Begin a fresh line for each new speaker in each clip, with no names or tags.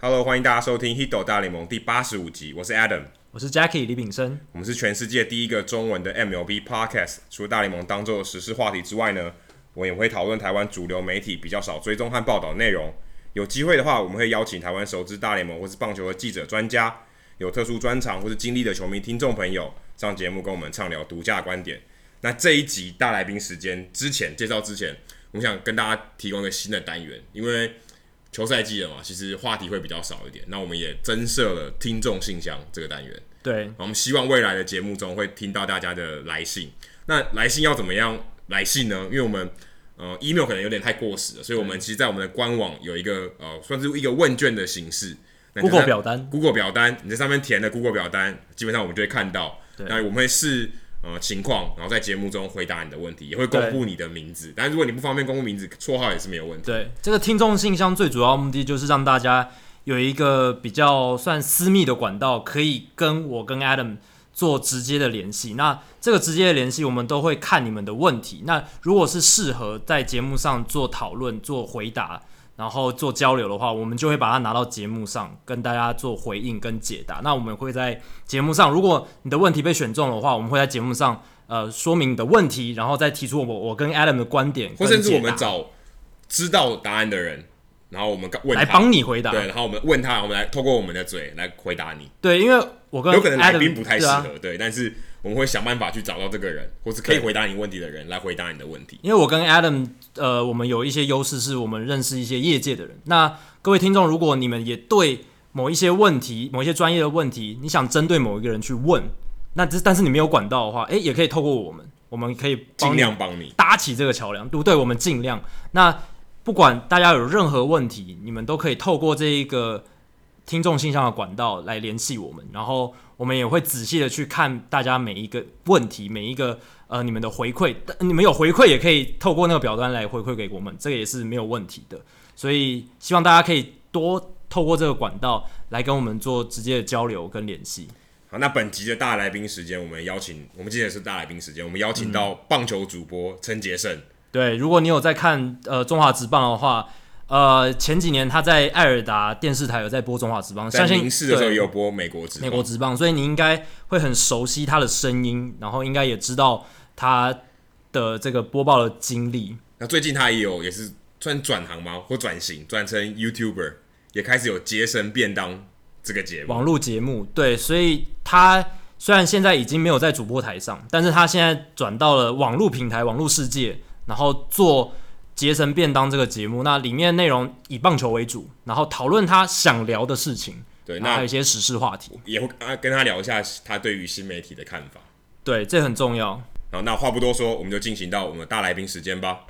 Hello，欢迎大家收听《h i d o 大联盟》第八十五集，我是 Adam，
我是 Jackie 李炳生。
我们是全世界第一个中文的 MLB Podcast。除了大联盟当做时事话题之外呢，我也会讨论台湾主流媒体比较少追踪和报道内容。有机会的话，我们会邀请台湾熟知大联盟或是棒球的记者、专家，有特殊专长或是经历的球迷听众朋友上节目，跟我们畅聊独家观点。那这一集大来宾时间之前介绍之前，我想跟大家提供一个新的单元，因为球赛季了嘛，其实话题会比较少一点。那我们也增设了听众信箱这个单元。
对，
我们希望未来的节目中会听到大家的来信。那来信要怎么样来信呢？因为我们呃 email 可能有点太过时了，所以我们其实在我们的官网有一个呃算是一个问卷的形式。那你在
Google 表单
，Google 表单，你在上面填的 Google 表单，基本上我们就会看到。那我们会视呃情况，然后在节目中回答你的问题，也会公布你的名字。但如果你不方便公布名字，绰号也是没有问题。
对，这个听众信箱最主要目的就是让大家有一个比较算私密的管道，可以跟我跟 Adam 做直接的联系。那这个直接的联系，我们都会看你们的问题。那如果是适合在节目上做讨论、做回答，然后做交流的话，我们就会把它拿到节目上跟大家做回应跟解答。那我们会在节目上，如果你的问题被选中的话，我们会在节目上呃说明你的问题，然后再提出我我跟 Adam 的观点
或
跟解
甚
答，
至我们找知道答案的人，然后我们问
来
他
帮你回 答。
对，然后我们问他，我们来透过我们的嘴来回答你。
对，因为我跟
有可能来宾
Adam-
不太适
对啊
合，对，但是我们会想办法去找到这个人，或是可以
对
回答你问题的人来回答你的问题。
因为我跟 Adam，呃，我们有一些优势，是我们认识一些业界的人。那各位听众，如果你们也对某一些问题、某一些专业的问题，你想针对某一个人去问，那这但是你没有管道的话，诶，也可以透过我们，我们可以帮
尽
你
量帮你，
搭起这个桥梁，对不对？我们尽量。那不管大家有任何问题，你们都可以透过这一个听众信箱的管道来联系我们，然后我们也会仔细的去看大家每一个问题，每一个呃你们的回馈，但你们有回馈也可以透过那个表单来回馈给我们，这个也是没有问题的。所以希望大家可以多透过这个管道来跟我们做直接的交流跟联系。
好，那本集的大来宾时间，我们邀请，我们今天也是大来宾时间，我们邀请到棒球主播陈杰胜，
对，如果你有在看呃中华职棒的话，呃前几年他在艾尔达电视台有在播中华职棒，
在
相信
明视的时候
对
也有播美国职棒，
美国职棒，所以你应该会很熟悉他的声音，然后应该也知道他的这个播报的经历。
那最近他也有也是算转行吗？或转型转成 YouTuber，也开始有接生便当这个节目。
网络节目，对，所以他虽然现在已经没有在主播台上，但是他现在转到了网络平台、网络世界，然后做《杰森便当》这个节目，那里面内容以棒球为主，然后讨论他想聊的事情，
对，
然后还有
那
一些时事话题，
也会啊跟他聊一下他对于新媒体的看法。
对，这很重要。
好，那话不多说，我们就进行到我们的大来宾时间吧。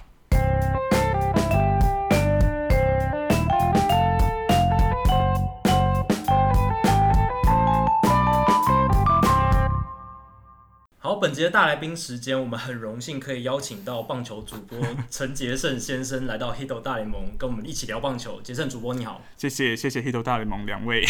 好，本节的大来宾时间，我们很荣幸可以邀请到棒球主 播陈杰胜先生来到黑豆大联盟，跟我们一起聊棒球。杰胜主播你好，
谢谢谢谢黑头大联盟两位，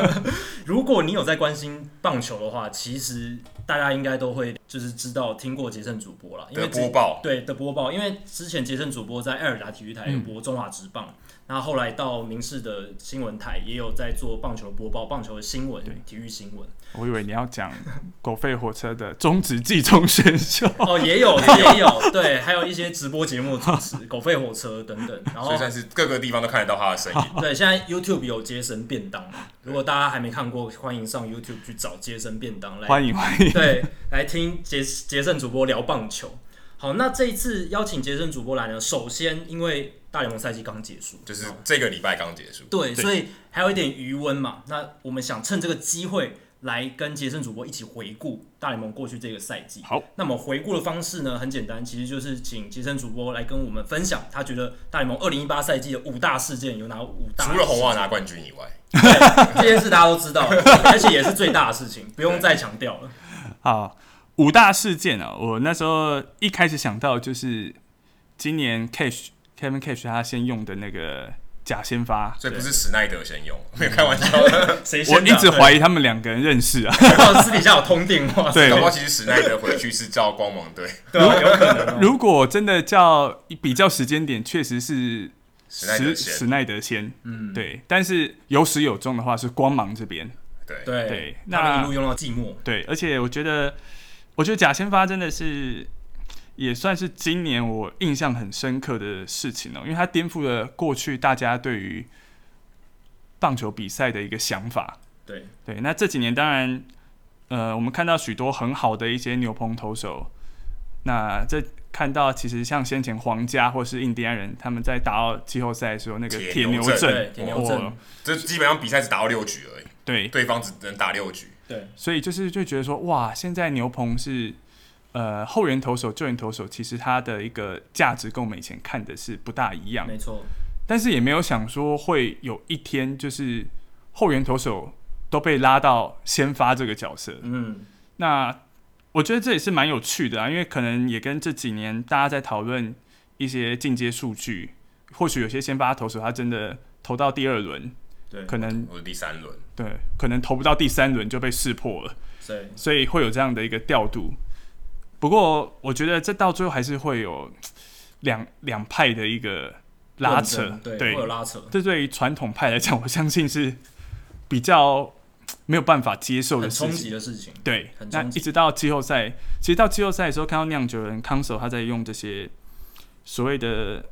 如果你有在关心棒球的话，其实大家应该都会就是知道听过杰胜主播了，因为
的
之
播报，
对的播报，嗯因为之前杰森主播在艾尔达体育台有播中华职棒，那、后来到民视的新闻台也有在做棒球播报、棒球的新闻、体育新闻。
我以为你要讲狗吠火车的终止季中选秀，
哦，也有也有，对，还有一些直播节目主持，狗吠火车等等。然
所
后
以算是各个地方都看得到他的声音。
对，现在 YouTube 有杰森便当，如果大家还没看过，欢迎上 YouTube 去找杰森便当来
欢迎欢迎。
对，来听杰杰森主播聊棒球。好，那这一次邀请杰森主播来呢，首先因为大联盟赛季刚结束，
就是
然后
这个礼拜刚结束，
对，
对
所以还有一点余温嘛。那我们想趁这个机会来跟杰森主播一起回顾大联盟过去这个赛季。
好，
那么回顾的方式呢，很简单，其实就是请杰森主播来跟我们分享他觉得大联盟二零一八赛季的五大事件有哪五大事
除
件？
了红袜拿冠军以外，
这件事大家都知道，而且也是最大的事情，不用再强调了。
好，五大事件啊，我那时候一开始想到就是今年 Cash Kevin Cash 他先用的那个假先发，
所以不是史奈德先用，
嗯
没有开玩笑 的。
谁先
我一直
讲
怀疑他们两个人认识啊。
到私底下有通电话，
对
搞不好其实史奈德回去是叫光芒队，
对啊，有可能哦、
如果真的叫比较时间点，确实是史
奈德先
史奈德先，
嗯，
对，但是有始有终的话是光芒这边，
对，
对
对
他们
那
一路用到季末，
对，而且我觉得，我觉得假先发真的是也算是今年我印象很深刻的事情哦、因为它颠覆了过去大家对于棒球比赛的一个想法。
对，
对，那这几年当然，呃，我们看到许多很好的一些牛棚投手，那这看到其实像先前皇家或是印第安人，他们在打到季后赛的时候，那个
铁
铁
牛
牛
阵
对
阵，
铁牛阵
哦
这基本上比赛只打到六局而已，
对，
对方只能打六局，
对，
所以就是就觉得说，哇，现在牛棚是呃后援投手、救援投手，其实它的一个价值跟我们以前看的是不大一样，
没错，
但是也没有想说会有一天就是后援投手都被拉到先发这个角色。
嗯，
那我觉得这也是蛮有趣的啊，因为可能也跟这几年大家在讨论一些进阶数据，或许有些先发投手他真的投到第二轮，
对，
可能
或者第三轮，
对，可能投不到第三轮就被识破了。
对，
所以会有这样的一个调度。不过，我觉得这到最后还是会有两两派的一个拉扯
论，证对，
对
会有，拉扯，
这对于传统派来讲，我相信是比较没有办法接受的
很
事
冲
情
击。的事情，
对
很，
那
冲击
一直到季后赛，其实到季后赛的时候，看到酿酒人康手他在用这些所谓的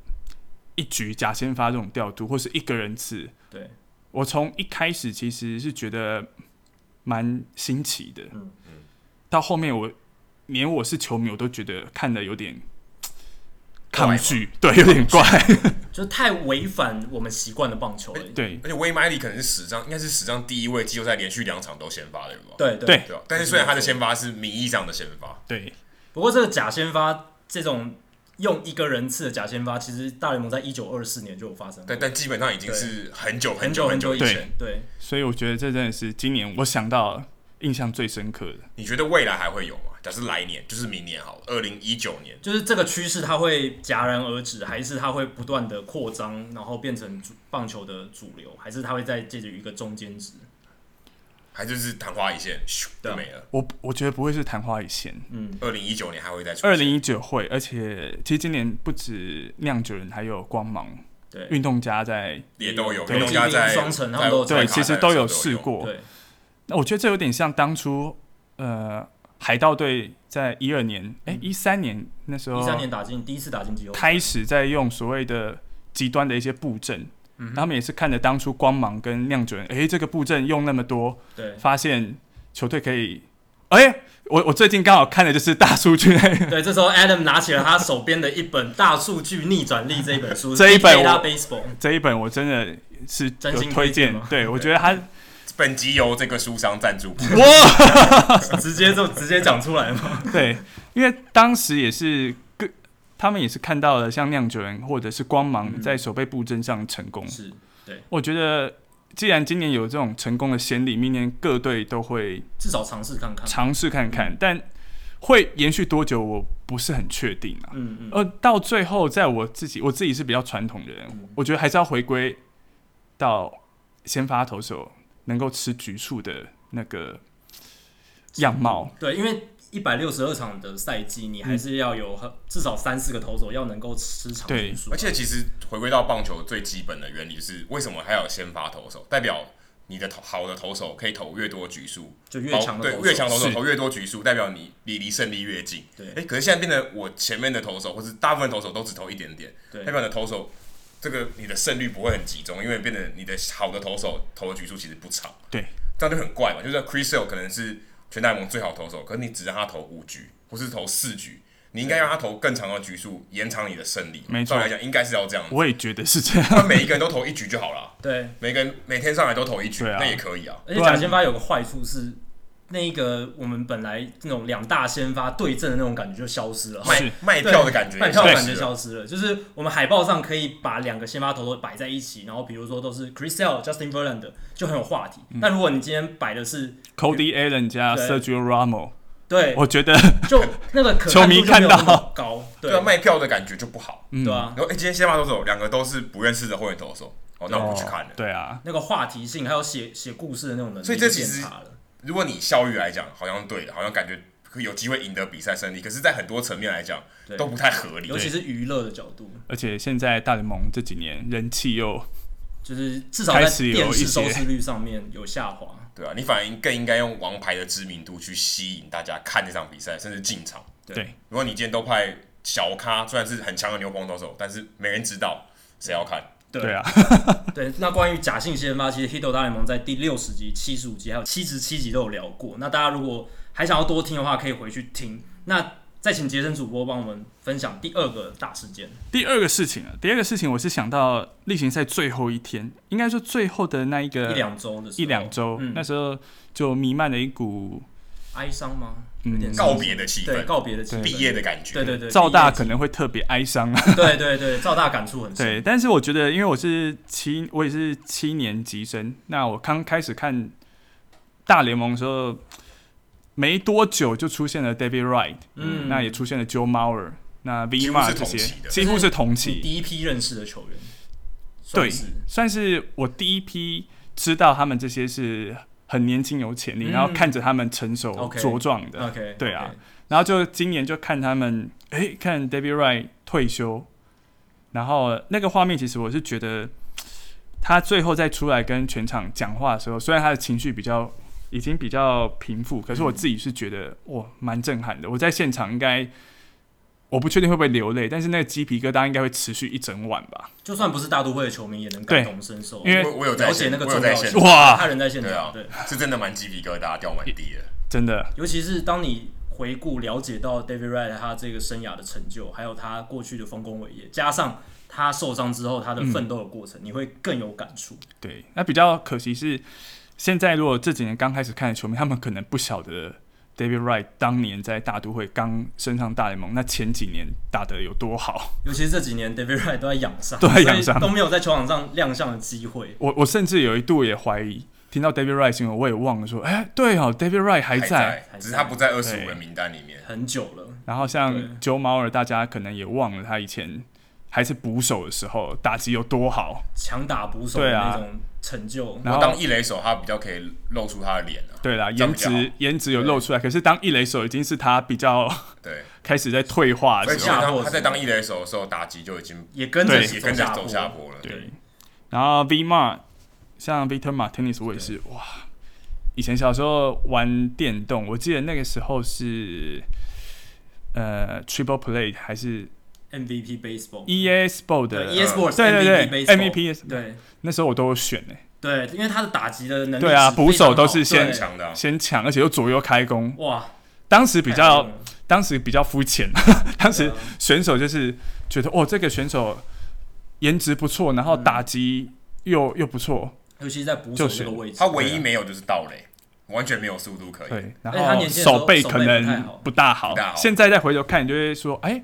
一局假先发这种调度，或是一个人次，
对，
我从一开始其实是觉得蛮新奇的，
嗯
到后面我连我是球迷，我都觉得看的有点抗拒，对，有点 怪，
就是太违反我们习惯的棒球了，
对
而且威麦利可能是史上应该是史上第一位季后赛连续两场都先发的人吧？
对
对
对吧？啊但是虽然他的先发是名义上的先发，
对
不过这个假先发这种用一个人次的假先发，其实大联盟在一九二四年就有发生过
但，但基本上已经是很久
很
久
久很
久
久
前。
以前，对，
所以我觉得这真的是今年我想到印象最深刻的。
你觉得未来还会有吗？假设来年就是明年好了，二零一九年，
就是这个趋势它会戛然而止，还是它会不断的扩张，然后变成主棒球的主流，还是它会再介于一个中间值？
还就是昙花一现，咻
对
就
啊
没了。
我我觉得不会是昙花一现，
嗯，
二零一九年还会再出现。
二零一九会，而且其实今年不止酿酒人，还有光芒
对
运动家在
也都有，
对
运动家在
双城他们都有
在
对，
在
其实
卡
都
赛
有
的时候
试过，
对
那我觉得这有点像当初呃海盗队在一二年，哎一三年那时候
嗯一三年打进第一次打进季后赛，
开始在用所谓的极端的一些布阵，
嗯
然后他们也是看着当初光芒跟酿酒人，哎这个布阵用那么多，
对
发现球队可以，哎我我最近刚好看的就是大数据那 个
对，这时候 Adam 拿起了他手边的一本《大数据逆转力》这一本书，
这一本
Big Data
我
Baseball，
这一本，我真的是
真
有
心
推
推荐
荐
吗，
对我觉得 他
本集由这个书商赞助，
直接就直接讲出来嘛。
对，因为当时也是各他们也是看到了像酿酒人或者是
嗯
光芒在手背布阵上的成功，
是，
我觉得，既然今年有这种成功的先例，明年各队都会
至少尝试看看。
尝试看
嗯
看，但会延续多久，我不是很确定啊。
嗯嗯，
呃，到最后，在我自己，我自己是比较传统的人，
嗯
我觉得还是要回归到先发投手能够吃局数的那个样貌。
对，因为一百六十二场的赛季，你还是要有很至少三四个投手要能够吃场
嗯对
人数，
而且其实回归到棒球最基本的原理，就是为什么还有先发投手，代表你的投好的投手可以投越多局数，
就越强
哦
的
对
投手
越强投手
是
投越多局数，代表你你离胜利越近。
对
哎、可是现在变得我前面的投手或是大部分投手都只投一点点，
对
代表你的投手这个你的胜率不会很集中，因为变得你的好的投手投的局数其实不长，
对，
这样就很怪嘛。就是 Chris Sale 可能是全大联盟最好投手，可是你只让他投五局或是投四局，你应该让他投更长的局数，延长你的胜利。
没错
照理来讲应该是要这样子，
我也觉得是这样。
那每一个人都投一局就好了，啊
对。
每个人每天上来都投一局，
对啊
那也可以啊。
而且
不然
假先发有个坏处是，那个我们本来那种两大先发对阵的那种感觉就消失了，
卖卖票的感觉也
卖
是啊，
票感觉消失了。就是我们海报上可以把两个先发投手摆在一起，然后比如说都是 Chris Sale、Justin Verlander 就很有话题。
嗯
但如果你今天摆的是
Cody Allen 加
对
Sergio Ramo，
对，
我觉得
就那个可
球迷
看度就没有那么
看到
高，对
对啊，卖票的感觉就不好。
嗯
对啊
然，后哎，今天先发投手两个都是不认识的后援投手，哦，那我不去看了。
对啊，
那个话题性还有写写故事的那种能力
所以
就
这其
变
实
差了。
如果你效率来讲，好像对的，好像感觉有机会赢得比赛胜利，可是，在很多层面来讲
对
都不太合理
尤。其是娱乐的角度，
而且现在大联盟这几年人气又
就是至少
开
在
始有
电
一
视
些
收视率上面有下 滑。
对啊，你反而更应该用王牌的知名度去吸引大家看这场比赛，甚至进场。
对
对
如果你今天都派小咖，虽然是很强的牛棚投手，但是没人知道，谁要看？
对
对啊，
对，那关于假性先发，其实《Hito 大联盟》在第六十集、七十五集还有七十七集都有聊过。那大家如果还想要多听的话，可以回去听。那再请杰森主播帮我们分享第二个大事件。
第二个事情啊，第二个事情我是想到例行赛最后一天，应该说最后的那一个
一两周的时候
啊一两周，
嗯
那时候就弥漫了一股
哀伤吗？有
嗯
点，
告别的气
对
氛，
告别的气氛
毕业的感觉。
对对对，
赵大
毕
可能会特别哀伤啊。
业季对对对，赵大感触很深。
对，但是我觉得，因为我是七，我也是七年级生，那我刚开始看大联盟的时候，没多久就出现了 David Wright，
嗯
那也出现了 Joe Mauer，那 V
几乎
Mar
是
这
同期
些
的
几乎是同
你
期，
第一批认识的球员，算
对
是，
算是我第一批知道他们这些是很年轻有潜力，
嗯
然后看着他们成熟
OK
茁壮的，
OK，
对啊然后就今年就看他们，诶，看 David Wright 退休，然后那个画面其实我是觉得他最后再出来跟全场讲话的时候，虽然他的情绪比较已经比较平复，可是我自己是觉得、哇蛮震撼的，我在现场应该。我不确定会不会流泪，但是那个鸡皮疙瘩应该会持续一整晚吧。
就算不是大都会的球迷也能
对
感同身受，
因为
我我有在
了解
线
那个
我
重
有
要
在
性
线，。
哇
他人在现
对啊
场，对，
是真的蛮鸡皮疙瘩掉满地的。
真的，
尤其是当你回顾了解到 David Wright 他这个生涯的成就，还有他过去的丰功伟业，加上他受伤之后他的奋斗的过
嗯
程，你会更有感触。
对，那比较可惜是，现在如果这几年刚开始看的球迷，他们可能不晓得 David Wright 当年在大都会刚升上大联盟，那前几年打得有多好。
尤其是这几年 David Wright 都在养伤，
都在养
所
伤
以都没有在球场上亮相的机会。
我我甚至有一度也怀疑，听到 David Wright 新闻，我也忘了说，哎、对哦，David Wright 还
还
在。
还
只是他不在二十
对
五人名单里面。
很久了，
然后
对
像 Joe Mauer，大家可能也忘了他以前还是捕手的时候打击有多好。
强打捕手的
对啊
那种成就，
然
我
后
当一垒手，他比较可以露出他的脸啊。
对啦，
这样
颜
比较
值
好
颜值有露出来，可是当一垒手已经是他比较
对，
开始在退化
所
的
以基
时
本
候，
上他在当一垒手的时候，打击就已经
也跟着
对
也跟着走下
坡。
坡了。
对
对，
然后 V Mar，像 Victor Martinez，我也是哇，以前小时候玩电动，我记得那个时候是呃 Triple Play 还是
MVP Baseball
EA Sport 的，
对 E ESports
E- 对对
MVP Baseball
对 MVP
对
那时候我都有选欸呢、
对，因为他的打击的能力
对啊
值非常
捕手
好
都是
对
先
很强的啊。
先抢，而且又左右开弓，
哇
当时比
太好
较
用了
当时比较肤浅， 当时
对啊
选手就是觉得哦这个选手颜值不错，然后
嗯
打击又、又不错，
尤其是在捕手
就
这
选
个位置，
他唯一没有就是盗垒，完全没有速度可以。
对，然
而且他
后
年轻的时候
手背
手
可
背不太
能
好
不大好
不大。好
现在再回头看，你就会说，哎、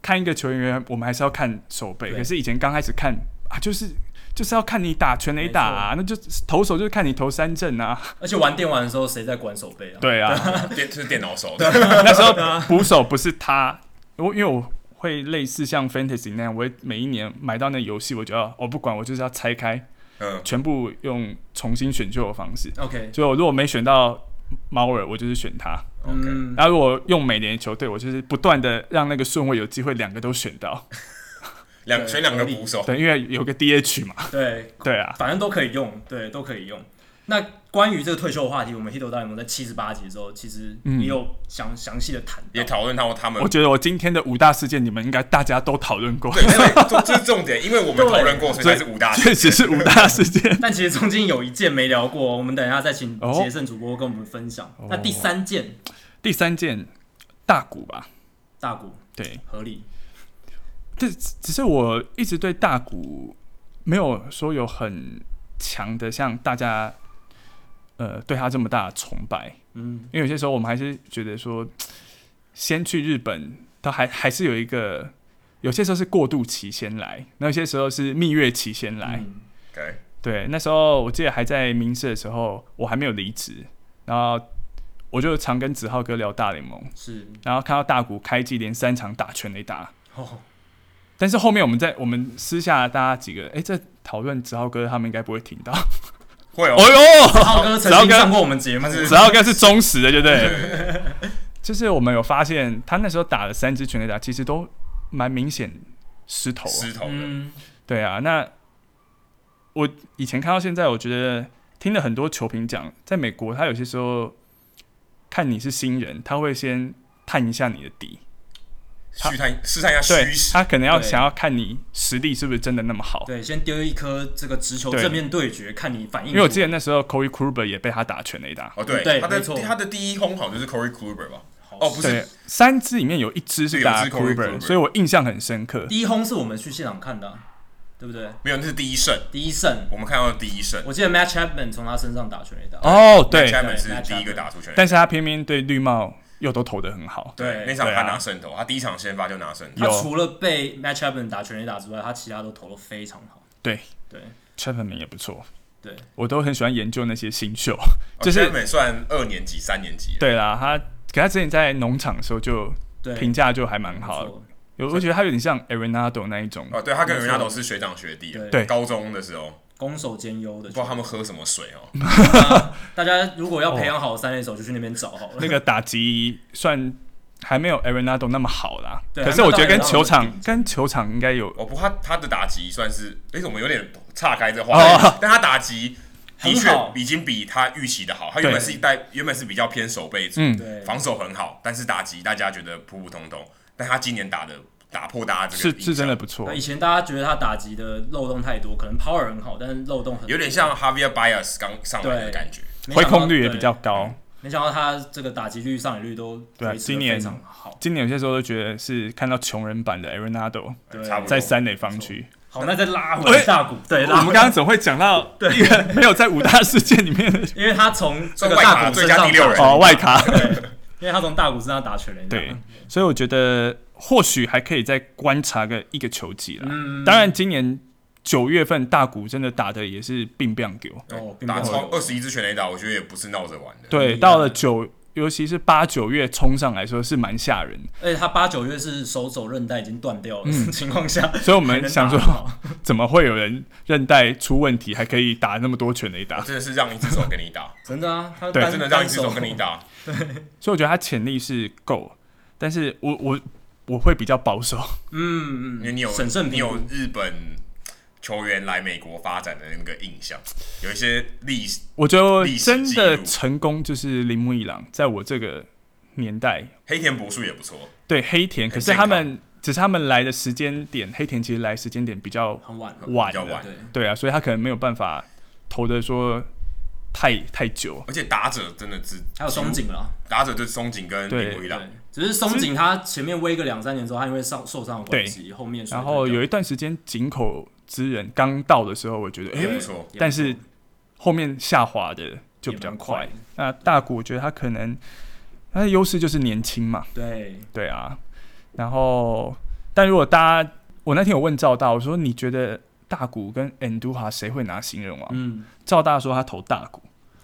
看一个球员，我们还是要看手背。
对
可是以前刚开始看啊，就是就是要看你打全垒打啊，那就投手就是看你投三振啊。
而且玩电玩的时候谁在管手背啊？
对啊，
电是电脑手的，
那时候捕手不是他，我因为我。会类似像 Fantasy 那样，我会每一年买到那游戏，我就要我不管，我就是要拆开，
嗯，
全部用重新选秀的方式。
，OK，
所以我如果没选到猫儿，我就是选他。
嗯，
然后我用美联球队，我就是不断的让那个顺位有机会两个都选到，
两
对
选两个
合理
捕手，
对，因为有个 DH 嘛，
对，
对啊，
反正都可以用，对，都可以用。那关于这个退休的话题，我们《Hito 大联盟》在七十八集的时候，其实
嗯
也有详详细的谈
也
到。。
讨论到他们
我。觉得我今天的五大事件，你们应该大家都讨论过，
对，所以这这是重点，因为我们讨论过，所以才是五大
确实是五大事件
但其实中间有一件没聊过，我们等一下再请
哦
杰胜主播跟我们分享。那第三件
第三件大股吧，
大股
对，
合理，
这只是我一直对大股没有说有很强的像大家呃对他这么大的崇拜，
嗯，
因为有些时候我们还是觉得说，先去日本，它还还是有一个，有些时候是过渡期先来，那有些时候是蜜月期先来。
嗯
对，
对，那时候我记得还在民事的时候，我还没有离职，然后我就常跟子浩哥聊大联盟，
是
然后看到大谷开季连三场打全垒打，
哦，
但是后面我们在我们私下大家几个，哎、在讨论子浩哥他们应该不会听 到。
会哦，
哦
浩哥曾
子浩
经
哥
上过我们节目，
他是
呦，子浩哥是忠实的，对不对？就是我们有发现，他那时候打了三支全垒打，其实都蛮明显失头、啊。
失头的，
嗯，
对啊，那我以前看到现在，我觉得听了很多球评讲，在美国他有些时候看你是新人，他会先探一下你的底，
试探试探一下
对
虚实，
他可能要
对
想要看你实力是不是真的那么好。
对，先丢一颗这个直球
对
正面对决，看你反应。
因为我记得那时候 Corey Kluber 也被他打全垒打，
哦，对，
对
他的
没错
他的第一轰好像就是 Corey Kluber 吧？哦，不
对
是，，
三支里面有一
对
支是
有一
打
支 Corey
Kluber，
Kluber
所以我印象很深刻。
第一轰是我们去现场看的啊、对不对？
没有，那是第一胜，
第一胜，
我们看到的第一胜，
我记得 Matt Chapman 从他身上打全垒打。
哦，对，
家门是
对那
第一个
Chapman
打出全垒打，
但是他偏偏对绿帽又都投得很好。
对
对
那场
对啊
他拿胜投，他第一场先发就拿胜投，啊
他
有
除了被 Matt Chapman 打全垒打之外，他其他都投的非常好。
对
对
t r e v o r 也不错，
对，
我都很喜欢研究那些新
哦
秀。就
就是是美算二年级、三年级了，
对啦，他可他之前在农场的时候就
对，
评价就还蛮
没
好的，
错
有我觉得他有点像 Arenado 那一种。
哦，对他跟
没
r
错
e n a 是学长学弟啊，
对
对
高中的时候，
攻守兼优
不
的球
知道他们喝什么水哦，
大家如果要培养好的三垒手，就去那边找好了。
那个打击算还没有 Arenado 那么好啦，
对
可是我觉得跟
Arenado
球
那
场
么
跟球场应该有
哦，不过他他的打击算是，哎，我们有点岔开这话题
哦，
但他打击的
很好
确已经比他预期的好，他原本是一代原本是比较偏守备组，
嗯
对，
防守很好，但是打击大家觉得普普通通，但他今年打的打破大家这个
是
印
是真的
象
不错
对以。前大家觉得他打击的漏洞太多，可能 power 很好，但是漏洞很
有点像 Javier Bias 刚上来的
对
感觉。
挥空率也比。
没想
较
到对
高，
没想到他这个打击率、上垒率都
对啊
维持得
今年
非常好。
今年有些时候都觉得是看到穷人版的 Arenado
对，
差不多
在三垒方区。
好，那再拉回来大谷，对，
我
拉
们
回
刚
来，
刚怎么会讲到一个没有在五大事件里 面的
因为他从这个
外卡
大谷
最
身
佳
上
第六
打
人
哦外卡？
因为他从大谷身上打全垒打，
对，所以我觉得或许还可以再观察个一个球季啦。
嗯
当然，今年九月份大谷真的打的也是并不给我。
哦，并
打
不
超
好
二十一支全垒打，我觉得也不是闹着玩的。
对，
嗯
到了九，尤其是八九月冲上来说是蛮吓人，
而且他八九月是手肘韧带已经断掉了 的情况下，
所以我们想
还能打哦
说，
好
怎么会有人韧带出问题还可以打那么多全垒打？
真的是让一只手跟你 打，
真的啊，他
对
单
真的让一
单
只
手
手跟你打。
所以我觉得他潜力是够，但是我我我会比较保守。
嗯
因为
嗯，
你有
审慎
你
评估
有日本球员来美国发展的那个印象，有一些历史
我觉得
历史
真
记
的
录
成功就是铃木一朗，在我这个年代，
黑田博树也不错，
对黑田，可是
健
他
康
们只是他们来的时间点，黑田其实来时间点比较
很晚了，
晚
比较
了，
晚
对，
对啊，所以他可能没有办法投的说太太久，
而且打者真的是
还有松井了，
打者就是松井跟铃木一
对
朗，，
只是松井他前面威个两三年之后，他因为伤受伤的关系，后面所以
然后
就
有一段时间井口之人刚到的时候，我觉得哎、
也不错。
也不
但是后面下滑的就比较
也蛮
快
快的。
那大谷我觉得他可能他的优势就是年轻嘛，
对
对啊。然后，但如果大家，我那天有问赵大，我说你觉得大谷跟 Anduha 谁会拿新人王？
嗯
赵大说他投大谷。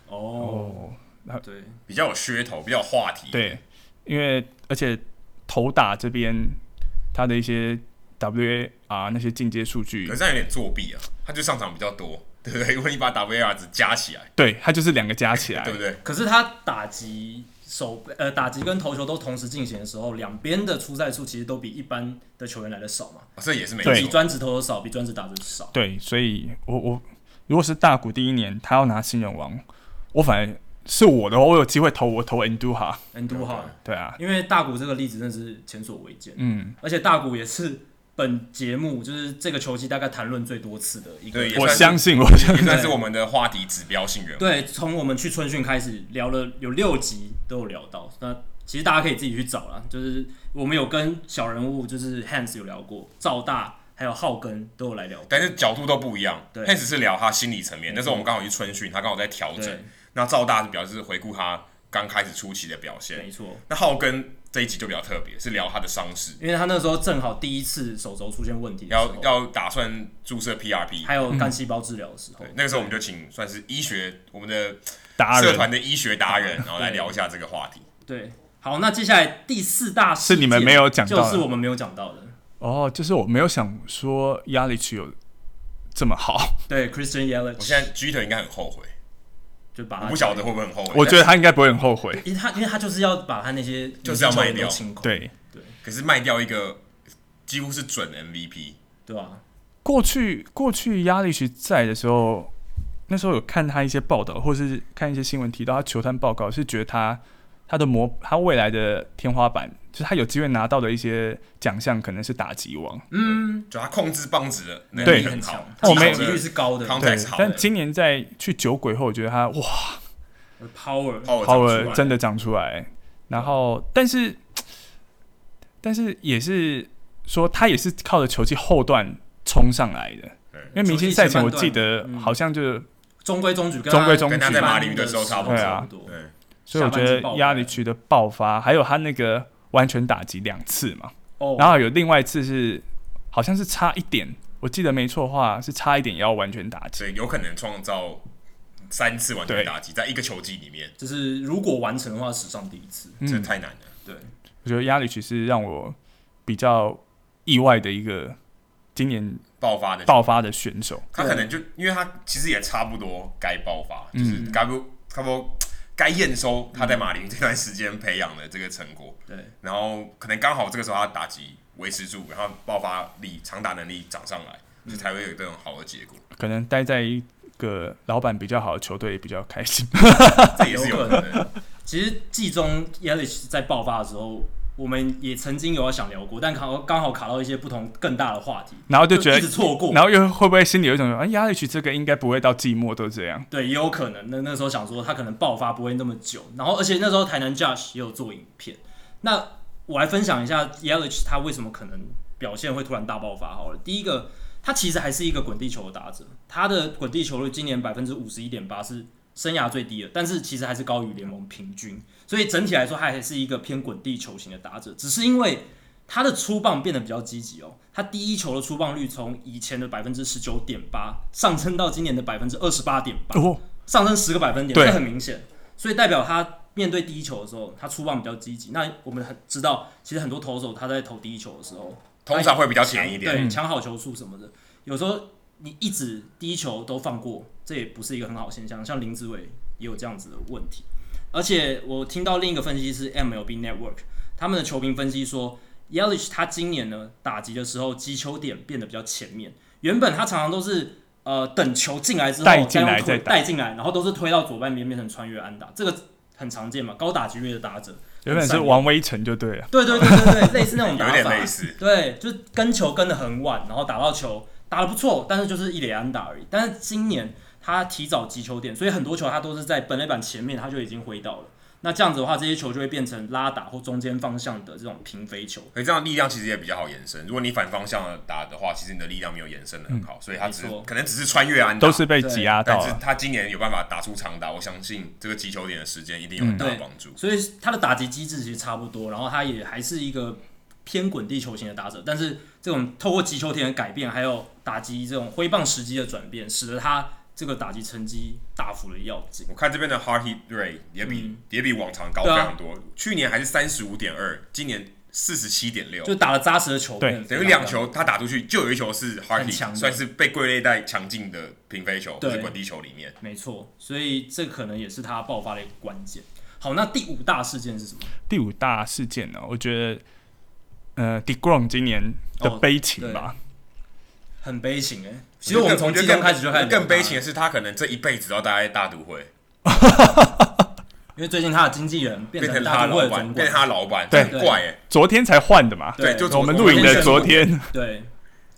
哦
哦，
对，
比较有噱头，比较有话题。，
对，因为而且投打这边他的一些 WAR 那些进阶数据
可是，这样有点作弊啊，他就上场比较多，对不对？ 如果你把 WAR 值加起来，
对他就是两个加起来
对，不对？
可是他打击手背呃打击跟投球都同时进行的时候，两边的出赛数其实都比一般的球员来的少嘛，
哦这也是没
对
比
错。
专职投手少，比专职打者少。
对，所以我我如果是大谷第一年他要拿新人王，我反而是我的话，我有机会投我投 Anduha，
恩都哈，
对啊，
因为大谷这个例子真的是前所未见，
嗯，
而且大谷也是本节目就是这个球季大概谈论最多次的一个
对。也
我
算是
相信我相
也算是我们的话题指标性人物。
对，从我们去春训开始聊了有六集都有聊到，那其实大家可以自己去找啦。就是我们有跟小人物就是 Hans 有聊过，赵大还有浩根都有来聊过。
但是角度都不一样。
对嗯
他只是聊他心理层面。那时候我们刚好去春训，他刚好在调
对
整。，那赵大是表示回顾他刚开始初期的表现
没。错。
那浩根这一集就比较特别，是聊他的伤势，
因为他那时候正好第一次手肘出现问题的时
要
候，
要打算注射 PRP。
还有干细胞治疗的时候
嗯
对，，那个时候我们就请算是医学我们的
达
社
人
团的医学达人，然后来聊一下这个话题。
对，好，那接下来第四大事
是你们
件
没有讲到
就
的
是我们没有讲到的，
哦，就是我没有想说压力区有这么好，
对，Christian 啊
我
Yelich，
现在 G 头应该很后悔，
就把
我
他
不晓得会不会很后悔。
我觉得他应该不会很后悔。
因为他因为他就是要把他那些
就是要卖掉
年轻球员都清空，
对，
可是卖掉一个几乎是准 MVP，
对吧？
过去过去压力区在的时候，那时候有看他一些报道，或是看一些新闻提到他球探报告，是觉得他他的模他未来的天花板，就是他有机会拿到的一些奖项，可能是打击王。
嗯，
就他控制棒子的能
对
力
很
很
强
好，，
他
我
们
没
几率是高的
Contact
对
Context，好的
但今年在去酒鬼后，我觉得他哇
，power，
哦
哦
，power 真
的
的长出来。然后，但是但是也是说，他也是靠着球技后段冲上来的。因为明星赛前，我记得
嗯
好像就是，
中规中矩，跟
中规
他
中
跟他
矩
在
一般
马里鱼的时候差不多
对啊
差不多。
对，
所以我觉
下半季
得
爆发
压力区的爆发，还有他那个完全打击两次嘛，
哦，
然后有另外一次是好像是差一点，我记得没错的话是差一点也要完全打击。
所以有可能创造三次完全
对
打击，在一个球季里面，
就是如果完成的话，史上第一次。
这
嗯，
太难了。
对，
我觉得压力区是让我比较意外的一个今年
爆发的
爆发的选手。
他可能就因为他其实也差不多该爆发，就是该不差不多该验收他在马林这段时间培养的这个成果，
对，
然后可能刚好这个时候他打击维持住，然后爆发力、长打能力涨上来，就才会有这种好的结果。
可能待在一个老板比较好的球队也比较开心。
这也是有可能的，
其实季中 Yelich 在爆发的时候，我们也曾经有要想聊过，但刚好刚好卡到一些不同更大的话题，
然后就觉
一直
得，
错过。
然后又会不会心里有一种，哎，压力区这个应该不会到季末都这样。
对，也有可能。那那时候想说他可能爆发不会那么久，然后而且那时候台南 Josh 也有做影片。那我来分享一下 Yelich 他为什么可能表现会突然大爆发好了。第一个，他其实还是一个滚地球的打者，他的滚地球率今年百分之五十一点八是生涯最低的，但是其实还是高于联盟平均，所以整体来说他还是一个偏滚地球型的打者，只是因为。他的出棒变得比较积极哦，他第一球的出棒率从以前的百分之十九点八上升到今年的百分之二十八点八，
哦，
上升十个百分点，
对
这很明显，所以代表他面对第一球的时候，他出棒比较积极。那我们很知道，其实很多投手他在投第一球的时候，
通常会比较浅一点。
对，抢好球数什么的，有时候你一直第一球都放过，这也不是一个很好现象。像林志伟也有这样子的问题，而且我听到另一个分析师 MLB Network 他们的球评分析说，Yelich 他今年呢打击的时候击球点变得比较前面，原本他常常都是。呃，等球进来之后，
带进来
再用推
再打
带进来，然后都是推到左半边变成穿越安打，这个很常见嘛，高打击率的打者。
原本是王威成就对了，
对对对对 对，类似那种打
有
法，
点类似，
对，就是跟球跟的很晚，然后打到球打的不错，但是就是一垒安打而已。但是今年他提早击球点，所以很多球他都是在本垒板前面他就已经挥到了。那这样子的话，这些球就会变成拉打或中间方向的这种平飞球。
所以这样力量其实也比较好延伸。如果你反方向打的话，其实你的力量没有延伸的很好，所以他只是
没错
可能只是穿越安打
都是被挤
啊
压到
但是
了。
他今年有办法打出长打，我相信这个击球点的时间一定有
嗯
很大的帮助。
所以他的打击机制其实差不多，然后他也还是一个偏滚地球型的打者，但是这种透过击球点的改变，还有打击这种挥棒时机的转变，使得他这个打击成绩大幅的要进。
我看这边的 hard hit rate 也比、也比往常高非
对啊
常多，去年还是三十五点二，今年四十七点六，
就打了扎实的球，嗯
对
变得
等于
非
两
常高
球他打出去就有一球是 hard
很强
hit，
的
算是被归类在强劲的平飞球或
对
者滚地球里面。
没错，所以这可能也是他爆发的一个关键。好，那第五大事件是什么？
第五大事件呢、我觉得，呃 d e g r o m 今年的
哦
悲情吧，
很悲情哎、其实我们从
欸觉得
季
更
中开始就开始
更悲情啊
聊
的是，他可能这一辈子都待在大都会，
他，因为最近他的经纪人变
变成
成
他
大
的
都会
老
的
板，变
总管
成，他的老板，
对
很怪哎、
昨天才换的嘛。
对
就
我们录影的昨天，
对，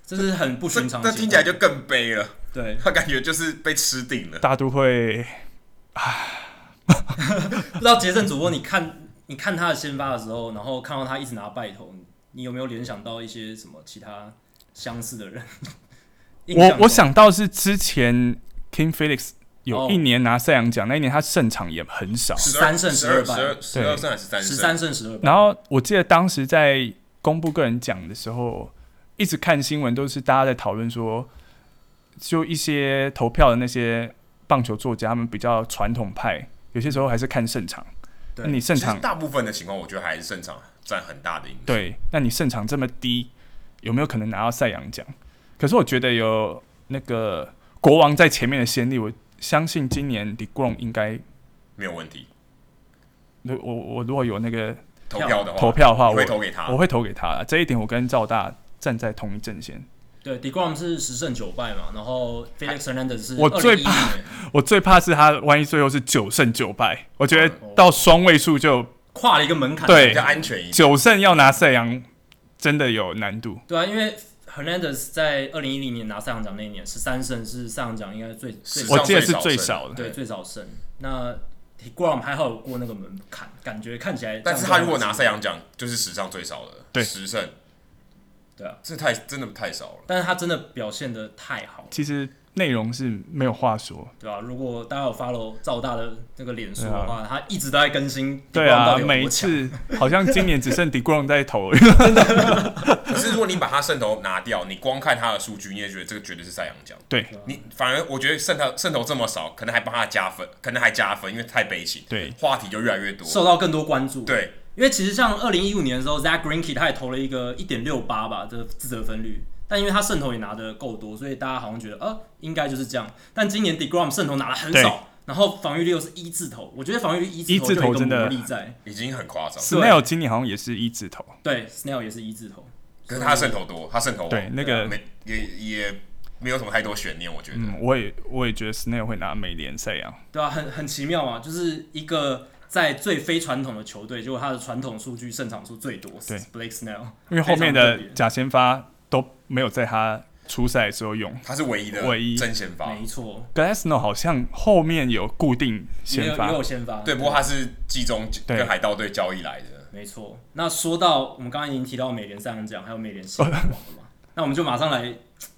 这是很不
这
寻常的
这
情
听
况。
起来就更悲了，
对，
他感觉就是被吃定了。
大都会
不知道杰森主播，你看你看他的先发的时候，然后看到他一直拿败头，你有没有联想到一些什么其他相似的人？印象
我
中
我想到是之前 King Felix 有
哦
一年拿赛扬奖，那一年他胜场也很少。
13胜
十二
12败
十二十二胜还是三
十
胜？
三胜十二败，
然后我记得当时在公布个人奖的时候，一直看新闻都是大家在讨论说，就一些投票的那些棒球作家，他们比较传统派，有些时候还是看胜场。
对
那你胜
其实
场
大部分的情况，我觉得还是胜场占很大的影响。
对，那你胜场这么低，有没有可能拿到赛扬奖？可是我觉得有那个国王在前面的先例，我相信今年 d e g r o m 应该，
没有问题。
如我我如果有那个
投票的话，
投票的话，
你会
我
投给他
我。会投给他啦。这一点我跟赵大站在同一阵线。
对 d e g r o m 是十胜九败嘛，然后 Felix Hernandez 是
哎我最
2011
怕
年
我最怕是他万一最后是九胜九败，我觉得
哦
到双位数就
跨了一个门槛，
比
对
较安全一点。
九胜要拿赛扬真的有难度。
对啊，因为 Hernandez 在二零一零年拿赛扬奖那一年十三胜，是赛扬奖应该最最
史
我
上
记得是
最少
最
胜
少的，
对最少胜。那 d e g r o m 还好有过那个门槛，感觉看起来，
但是他如果拿赛，扬奖，就是史上最少的，
对
十胜，
对啊，
这太真的太少了。
但是他真的表现的太好了，
其实内容是没有话说。
对吧、如果大家有 follow 赵大的这个脸书的话，他一直都在更新 d e
啊对
g r o m
啊
到底，有
每一
多强。
次好像今年只剩 d e g r o m 在投而已。
可是如果你把他胜投拿掉，你光看他的数据，你也觉得这个绝对是赛扬
啊
奖。
对
你反而我觉得胜投胜投这么少，可能还帮他加分，可能还加分，因为太悲情，
对
话题就越来越多。
受到更多关注，，
对，
因为其实像二零一五年的时候，Zach Greinke 他也投了一个一点六八吧的自责分率，但因为他胜投也拿的够多，所以大家好像觉得呃应该就是这样。但今年 Degrom 胜投拿的很
对
少，然后防御率又是一字头，我觉得防御率一
一
字
字
头
头
就有一
真
个
的
魔力在。
已经很夸张。
Snail 今年好像也是一字头，
对，Snell 也是一字头，
可是他胜投多，他胜投
对
王
那个，
啊没也也没有什么太多悬念，我觉得。
嗯，我也我也觉得 Snail 会拿美联赛扬。
对啊，很很奇妙啊，就是一个在最非传统的球队，结果他的传统数据胜场数最多，
对
Blake Snell，
因为后面
非常特
的
别
假先发都没有在他出赛的时候用。
他是唯一的
唯一
真先发，
没错，
Glasno 好像后面有固定
也
先
有也
发
有，先发，
对，不过他是季中
对
跟海盗队交易来的，
没错。那说到我们刚刚已经提到美联三强奖，还有美联新人王了嘛？那我们就马上来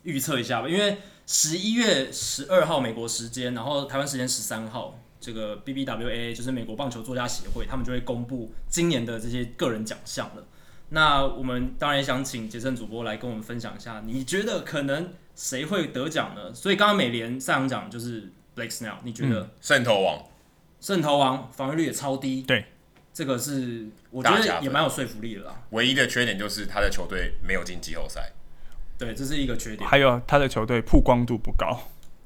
预测一下吧，因为十一月十二号美国时间，然后台湾时间十三号，这个 BBWA 就是美国棒球作家协会，他们就会公布今年的这些个人奖项了。那我们当然也想请杰森主播来跟我们分享一下，你觉得可能谁会得奖呢？所以刚刚美联三强奖就是 Blake Snell，你觉得
胜投王
圣头王防御率也超低，
对，
这个是我觉
大加
得
分
也蛮有说服力的啦。
唯一的缺点就是他的球队没有进季后赛，
对，这是一个缺点，
还有他的球队曝光度不高。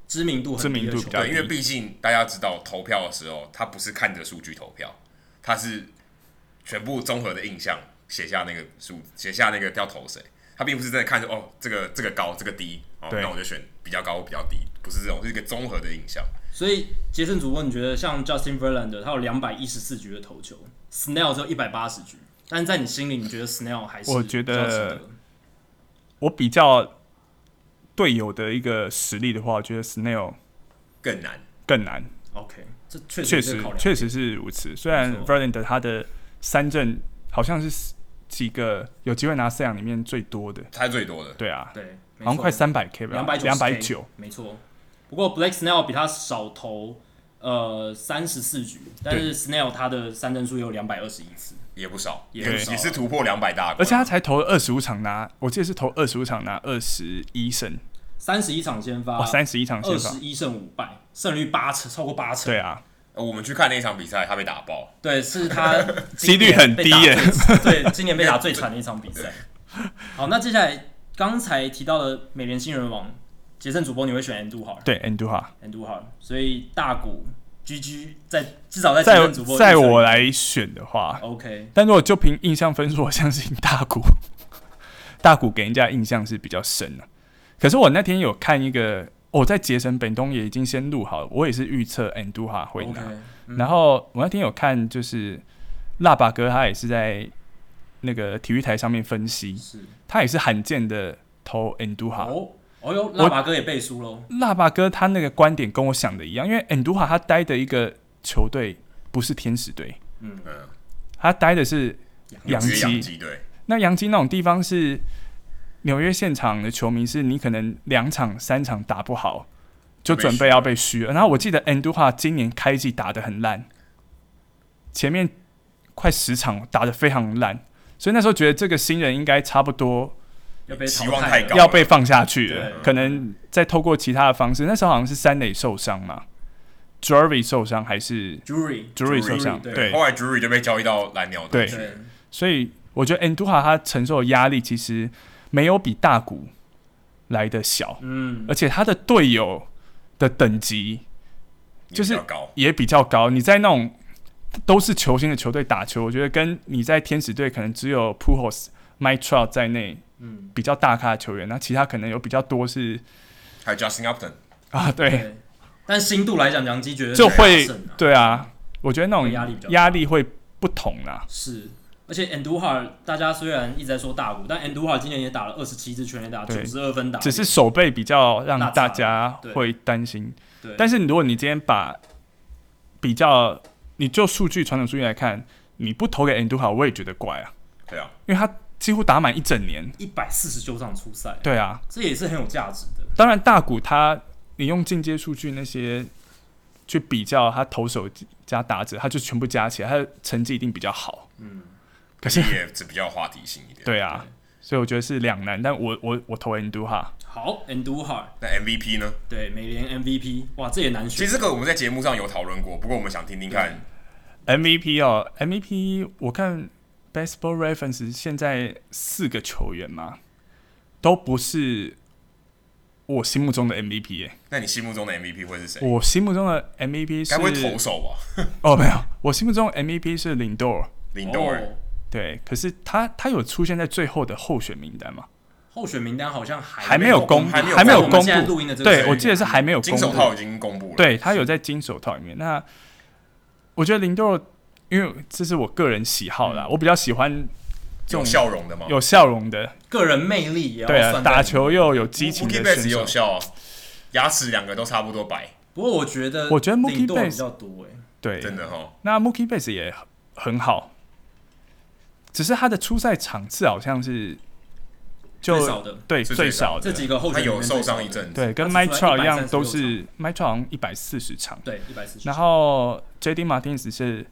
知名度很低
知名
的
度
球
比较
队。
对，因为毕竟大家知道投票的时候，他不是看着数据投票，他是全部综合的印象写下那个数，写下那个要投谁，他并不是真的看着哦这个这个高这个低，哦
对
那我就选比较高比较低，不是这种，是一个综合的印象。
所以杰森主播，你觉得像 Justin Verlander 他有两百一十四局的投球，Snell 只有一百八十局，但是在你心里，你觉得 Snell 还是
我觉得
比较值得
我比较队友的一个实力的话，我觉得 Snail
更难，
更难，
OK，这确实
确
是
实
考量
确实是如此。虽然
没错
Verlander 他的三振好像是几个有机会拿赛扬里面最多的，
他最多的，
对啊，
对，
好像快三百 K 吧，
两百
两百九，，
没错。不过 Blake Snell 比他少投呃三十四局，但是 Snell 他的三振数有两百二十一次，
也不少，
也
也
不少啊
也是突破两百大关，
而且他才投了二十五场拿，我记得是投二十五场拿二十一胜，
三十一场先发，
哇，三十一场
啊二
先发
十，一胜五败，胜率八成，超过八成。
对啊，
呃我们去看那场比赛，他被打爆，
对，是他
几率很低耶
今年被打 最。对，今年被打最惨的一场比赛。好，那接下来刚才提到的美联新人王杰森主播，你会选 Andrew 好
对 a n d u h a
，Andrew 好，所以大股 GG 在至少在杰
在
森主播
在
预测里
我来选的话，
OK，
但如果就凭印象分数，我相信大谷， 大谷给人家印象是比较深的、啊可是我那天有看一个，我在杰森本东也已经先录好了，我也是预测 a n d u h a 会拿。
OK，
然后我那天有看，就是辣爸哥他也是在那个体育台上面分析，
是
他也是罕见的投 a n d u h a
哦哦哟，拉马哥也背书喽，
辣爸哥他那个观点跟我想的一样，因为 a n d u h a 他待的一个球队不是天使队，
嗯，
嗯，
他待的是洋
直接
基
洋。基队，
那洋基那种地方是纽约现场的球迷，是你可能两场三场打不好，就准备要被嘘了。然后我记得 Anduha 今年开季打得很烂，前面快十场打得非常烂，所以那时候觉得这个新人应该差不多
要被
期
淘
望
汰
太
了
高
要被放下去
对
了，可能再透过其他的方式。那时候好像是三垒受伤嘛 j e r v y 受伤还是
Jury
j u r y
Drury，
受伤？
对
对，
后来 Drury 就被交易到蓝鸟队
对
去，
对
所以我觉得 Anduha 他承受的压力其实没有比大谷来的小，
嗯
而且他的队友的等级
也
就是
比较高，
也比较高。你在那种都是球星的球队打球，我觉得跟你在天使队可能只有 Pujols、Mike Trout 在内
嗯，
比较大咖的球员，那其他可能有比较多是
还有 Justin Upton，
啊，对
对。但深度来讲，杨基绝对
就是会
大胜啊，
对啊，我觉得那种
压力比较大
压力会不同啦。
是。而且 Andujar 大家虽然一直在说大鼓，但 Andujar 今年也打了二十七支全垒打，
对
九十二分打点，
只是手背比较让
那
大
差
家
对
会担心
对。
但是如果你今天把比较，你就数据传统数据来看，你不投给 Andu 好，我也觉得怪啊，
对 啊，
因为他几乎打满一整年。
一百四十九场出赛，
对啊，
这也是很有价值的。
当然大股他你用进阶数据那些去比较，他投手加打者，他就全部加起来，他的成绩一定比较好。
嗯，
可是
也只比较话题性一点。
对啊，所以我觉得是两难。但我我我投 Andu 哈，
好，Andujar
那 MVP 呢？
对美联 MVP，哇，这也难
其
选。
实这个我们在节目上有讨论过，不过我们想听听看
MVP 哦，MVP 我看 Baseball Reference 现在四个球员嘛，都不是我心目中的 MVP 耶、
那你心目中的 MVP 会是谁？
我心目中的 MVP
该不会投
是
手吧？
哦没有，我心目中 MVP 是林多尔，
林多尔，
哦，
对，可是他他有出现在最后的候选名单吗？
候选名单好像
还
还
没有公
还没有
还没有
在我们
公
现在
布，
录音的这个时
对
间
我记得是还没有
金
公布，
手套已经公布了。
对他有在金手套里面。那我觉得林多尔，因为这是我个人喜好
嗯
啦，我比较喜欢这
有
种
笑容的吗？
有笑容的，
个人魅力也要
对啊，
算在里
打
面
球又有激情
Mookie
的
Betts
选
也有
手。
笑啊，牙齿两个都差不多白，
不过我觉得，
我觉得 Mookie
领队
Betts-
比较多哎、
对，
真的哈。
那 Mookie Betts 也很好，只是他的出赛场次好像是就
最少的
对
是
最
最少
少
这
的，
几个后
他
选里面
有受伤一阵子，
对，跟
他
Mike
只出来
Trout 一样，
136
都是 Mike Trout 好像一百四十场，
对一百四十，
然后 J.D. Martins 是。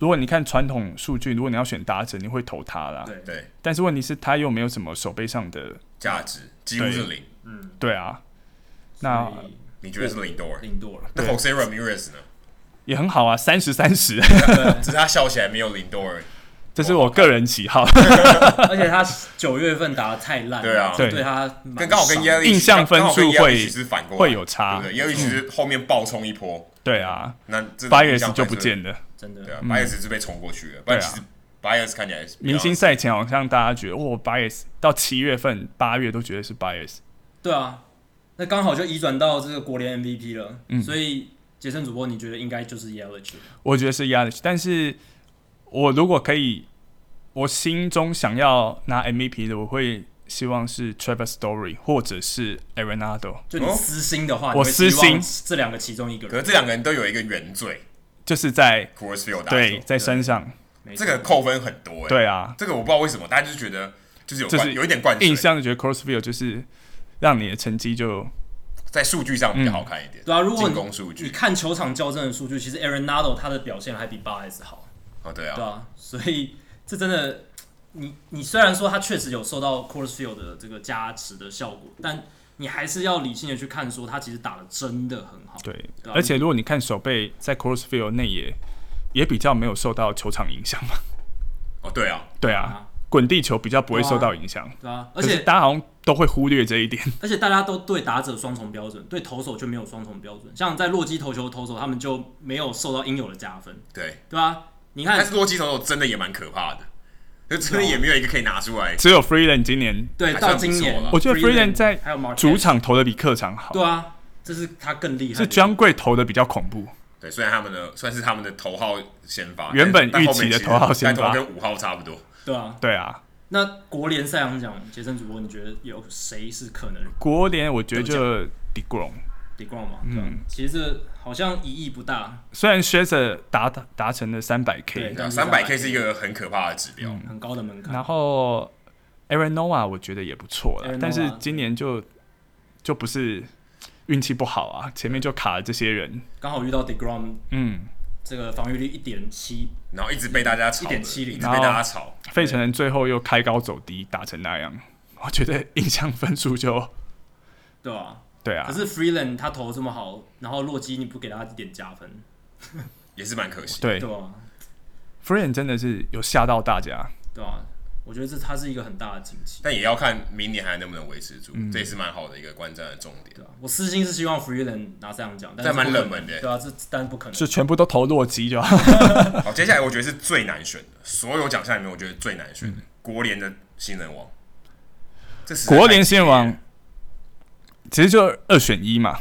如果你看传统数据，如果你要选打者，你会投他啦。
对
对，
但是问题是，他又没有什么手背上的，
价值几乎是零。
嗯，
对啊，那
所以
你觉得是林多尔？
领舵了，
那 Jose Ramirez 呢？
也很好啊，三十三十，
只是他笑起来没有林多 尔
这是我个人喜好。
而且他九月份打的太烂了，
对啊
这
对
对他
跟
蛮
刚好跟
伤
y e l
印象分数会
是反过来
会有差嗯
对不对 y e l 其实后面爆冲一波，
对啊，
那这
八月
印
是
象
就
分数
不见了。嗯啊
真
对
的
啊，八月十是被冲过去了，不然其实八月看起来是比较
明星赛前好像大家觉得，哇，bias 到七月份、八月都觉得是 bias，
对啊，那刚好就移转到这个国联 MVP 了，
嗯
所以杰森主播你觉得应该就是 Yelich
我觉得是 Yalich。但是我如果可以，我心中想要拿 MVP 的，我会希望是 Trevor Story 或者是 Arenado，
就你私心的话，
我
你会希望
私
这两个其中一个
哦可是
人，
这两个人都有一个原罪
就是在
c o r s f i e l d
对在身上，
没
这
错
个扣分很多哎、
对啊，
这个我不知道为什么，大家就觉得就是有
就是
灌有一点灌水
印，象就觉得 Crossfield 就是让你的成绩就
在数据上比较好看一点。
对啊，如果
进
你
攻数
你
据
看球场校正的数据，其实 Aaron Nado 他的表现还比 Bias 好。
哦，对啊
对，啊，所以这真的，你你虽然说他确实有受到 c o r s Field 的这个加持的效果，但你还是要理性的去看，说他其实打的真的很好。
对，
对啊
而且如果你看手背在 Crossfield 内也也比较没有受到球场影响嘛，
哦对啊，
对啊，
啊，
滚地球比较不会受到影响。
对啊，而
可是
且
大家好像都会忽略这一点。
而且大家都对打者双重标准，对投手就没有双重标准。像在洛基投球投手，他们就没有受到应有的加分，
对。
对啊，你
但
看
是，洛基投手真的也蛮可怕的，就真的也没有一个可以拿出来。
只有 Freeland 今年，
对，
还
到
算不错啊
今年
啦，
我觉得 Freeland 在
还有 Marquez，
主场投的比客场好
对，啊，这是他更厉害
是
的地方。
专柜投的比较恐怖。
对，虽然他们的算是他们的头号先发，
原本
但
预期的头号
但后面其
先发
实但头跟五号差不多。
对啊。
对啊，
那国联赛上讲，杰森主播，你觉得有谁是可能
国联我觉得就 d e g r o m
d e g r o 嘛，嗯，其实这好像意义不大，
虽然 s h a z e r 达达成了三百
对
K，
但是
啊三百 K
300K
是一个很可怕的指
嗯
标，
很高的门槛。
然后 Aaron Noah 我觉得也不错啦
Aaron，
但是
Noah
今年就就不是运气不好啊，前面就卡了这些人。
刚好遇到 Degrom
嗯，
这个防御率一点七，
然后一直被大家炒的，
1.70
一直被大家炒。
费城人最后又开高走低，打成那样，我觉得印象分数就
对吧、
对啊
可，是 Freeland 他投得这么好，然后洛基你不给他一点加分，
也是蛮可惜。哎
对
对吧、
f r i e n d 真的是有吓到大家，
对吧、我觉得这它是一个很大的惊喜。
但也要看明年还能不能维持住，
嗯
这也是蛮好的一个观战的重点。
对啊，我私心是希望 Freeland 拿三项奖，但是
但蛮
不可
冷门的
对啊，这但是不可能。
就全部都投洛基 就好。
好，接下来我觉得是最难选的，所有奖项里面我觉得最难
嗯
选的、国联的新人王，这实在
国
太
联
激烈
新王
了
其实就二选一嘛。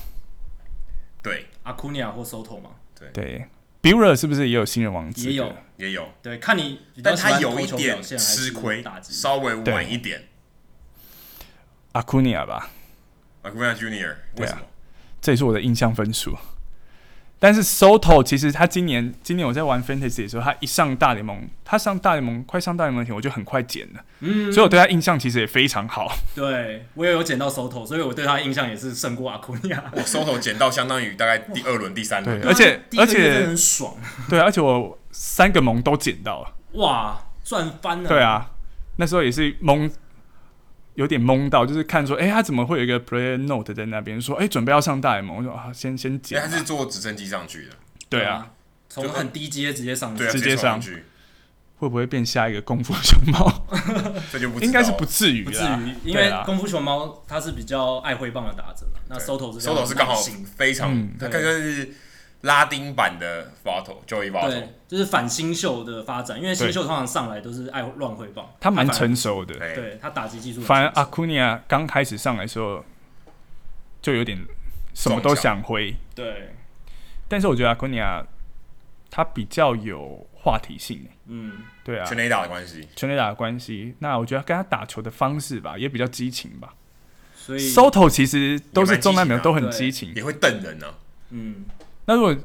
对
阿库尼亚或 Soto 嘛，
对 b u e r 是不是也有新人王资格？
也有，
也有，
对，看你比较
但
喜
他
欢
有
投
一
球
点
表现还
吃
是
亏
打，击。
稍微晚一点。
阿库尼亚吧，
a g u i n a Junior 为
对啊
什么？
这也是我的印象分数。但是 Soto 其实他今年今年我在玩 Fantasy 的时候，他一上大联盟，他上大联盟快上大联盟前我就很快捡了，
嗯，
所以我对他印象其实也非常好。
对我也有捡到 Soto，所以我对他印象也是胜过阿库尼亚。
我 Soto 捡到相当于大概第二轮、第三轮
对，而且
第一个
而且
月真的很爽，
对，啊而且我三个盟都捡到了。
哇，赚翻了。
对，啊，那时候也是懵，有点懵到，就是看说，哎、他怎么会有一个 Player Note 在那边说，哎、准备要上大联盟？我说啊，先先
因
捡
为
吧。
哎他是坐直升机上去的，
对啊，，
从很低阶直接上去
对啊，，
直接
接
上
去，
会不会变下一个功夫熊猫？
这就不知
应该是
道
不至于
不至
啦，
于，因
对啊
为
啦
功夫熊猫它是比较爱挥棒的打者嘛，那
对
Soto 是比较
Soto 是刚好
慢性
非常
嗯，
他刚刚是拉丁版的 Vato Joey
对
Vato，，
就是反新秀的发展，因为新秀通常上来都是爱乱挥棒，
他蛮
反而
成熟的。
对，
对他打击技术很
反而啊
成熟
阿库尼亚刚开始上来的时候，就有点什么都想挥，
对，
但是我觉得阿库尼亚他比较有话题性、
嗯，
对啊
全，垒打的关系，
全垒打的关系。那我觉得跟他打球的方式吧，也比较激情吧。
所以
Soto 其实都是中南美
也蛮激情的
都很激情。
也会瞪人啊。
嗯，
那如果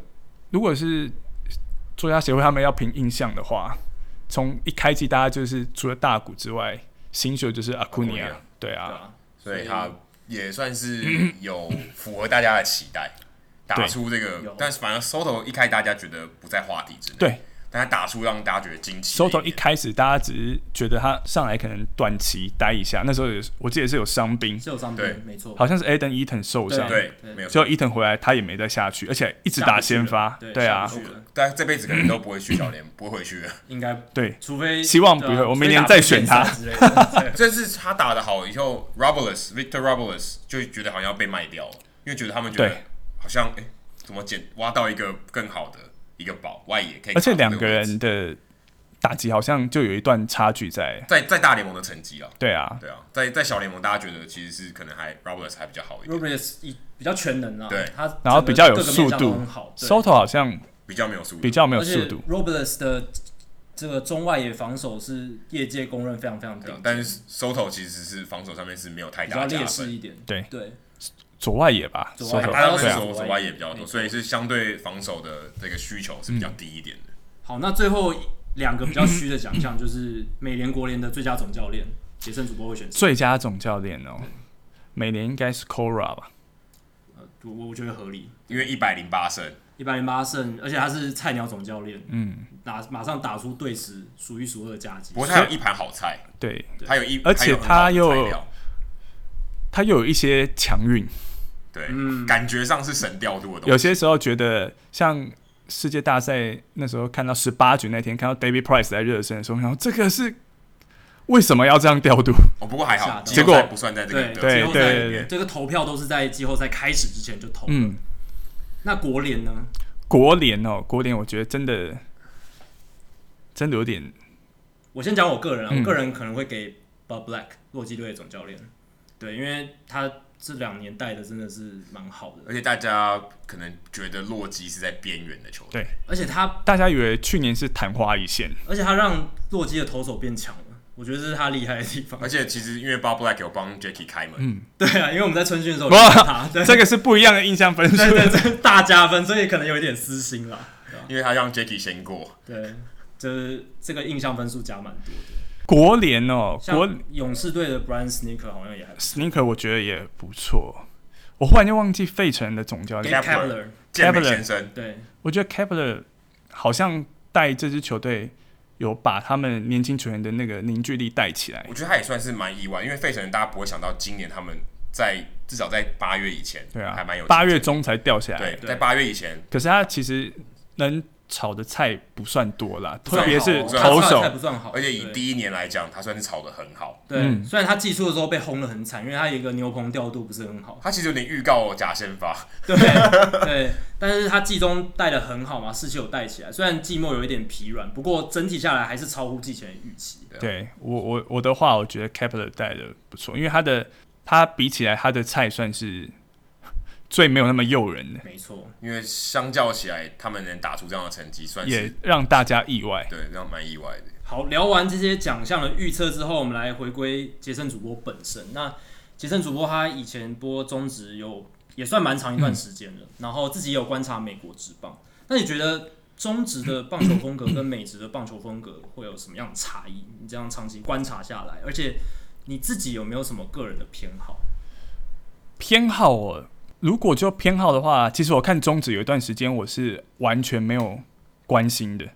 如果是作家协会他们要凭印象的话，从一开季大家就是除了大谷之外，新秀就是阿库尼
阿
亚
库尼，
对
对
啊，
啊，
所以他也算是有符合大家的期待，打出这个
有，
但是反正 Soto 一开大家觉得不在话题之内，
对，
但他打出让大家觉得惊奇的一
Soto
面。
一开始大家只是觉得他上来可能短期待一下，那时候有我记得是有伤兵，
是有伤
对
病，没错，
好像是 Aden Eaton 受伤，
对
对
没有
结
错
果 Eaton 回来他也没再下去，而且一直
下不去
打先发，
了对
对啊
下，不去了
但这辈子可能都不会去小联，不会回 去了。
应该
对，
除非
希望不会
对啊
我明年再选他
除非打不见赛之类的对
这次他打的好以后，Robles Victor Robles 就觉得好像要被卖掉了，因为觉得他们觉得
对
好像哎、诶怎么捡挖到一个更好的一个宝外野可以卡住这位置，
而且两个人的打击好像就有一段差距在，
在在大联盟的成绩啊，
对啊，
对啊，在在小联盟大家觉得其实是可能还 Robles 还比较好一点，
Robles 一比较全能啊，
对
他整个
然后比较有
各个面
速
向都
度
很好对
，Soto 好像
比较没有速度，
比较没有
而且
速度，
Robles 的这个中外野防守是业界公认非常非常
对
顶
啊
级，
但是 Soto 其实是防守上面是没有太
比
大
较
的加
劣势
分，
一点，
对
对，
左外野吧
左外野
，Soto，
他们
对
是
啊，
左左外野比较
没
多，
错
所以是相对防守的这个需求是
嗯
比较低一点的。
好，那最后两个比较虚的奖项就是美联国联的最佳总教练，杰森主播会选谁？
最佳总教练哦，美联应该是 Cora 吧，
呃，我我觉得合理，
因为一百零八胜，
一百零八胜，而且他是菜鸟总教练，
嗯，
打马上打出队史数一数二的佳绩
不。过他有一盘好菜，
对，
他有一，
而且
他有很好的
他又
材料
他又有一些强运，
对，
嗯
感觉上是神调度的东
有
西。
些时候觉得像世界大赛那时候看到十八局那天看到 David Price 在热身的时候，然后这个是为什么要这样调度？
哦，不过还好，
吓到
季后赛不算在这个得
对季
分
后
对
赛
赛
里
对
面。
这个投票都是在季后赛开始之前就投。
嗯，
那国联呢？
国联哦，国联我觉得真的真的有点
我先讲我个人啊，
嗯
我个人可能会给 Bob Black 洛基队的总教练，对，因为他这两年带的真的是蛮好的，
而且大家可能觉得洛基是在边缘的球队，
对，
而且他
大家以为去年是昙花 一现，
而且他让洛基的投手变强了，我觉得这是他厉害的地 方
而。且其实因为 Bob Black 有帮 Jackie 开门，
嗯
对啊，因为我们在春训的时候
不
有看他，对
这个是不一样的印象分数。
对对，这大加分，所以可能有一点私心啦。
因为他让 Jackie 先过，
对，就是这个印象分数加蛮多的。
国联哦，国
像勇士队的 Brian Sneaker 好像也还
Sneaker 我觉得也不错。我忽然间忘记费城的总教
g
练，
a
Gabe
b k e l e r
健美
Kepler
先生
对，
我觉得 Kepler 好像带这支球队有把他们年轻球员的那个凝聚力带起来
我。觉得他也算是蛮意外，因为费城人大家不会想到今年他们在至少在八月以前，
对啊
还蛮有，
八月中才掉下来
对，，
对
在八月以前
可是他其实能炒的菜不算多啦，
不算
特别是
好
投
他炒的
手
菜，不算好，
而且以
对
第一年来讲，他算是炒得很好。
对，
嗯
虽然他技术的时候被轰得很惨，因为他有一个牛棚调度不是很 好，
他其实有点预告假先发，
对对，但是他季中带的很好嘛，士气有带起来，虽然季末有一点疲软，不过整体下来还是超乎季前的预期。
对我我我的话，我觉得 Kepler 带的不错，因为他的他比起来他的菜算是最没有那么诱人的，
没错，
因为相较起来，他们能打出这样的成绩，算
也
是
让大家意外。
对让蛮意外的。
好，聊完这些奖项的预测之后，我们来回归杰森主播本身。那杰森主播他以前播中职有也算蛮长一段时间了，
嗯
然后自己也有观察美国职棒。那你觉得中职的棒球风格跟美职的棒球风格会有什么样的差异？你这样长期观察下来，而且你自己有没有什么个人的偏好？
偏好哦，如果就偏好的话，其实我看中指有一段时间我是完全没有关心的，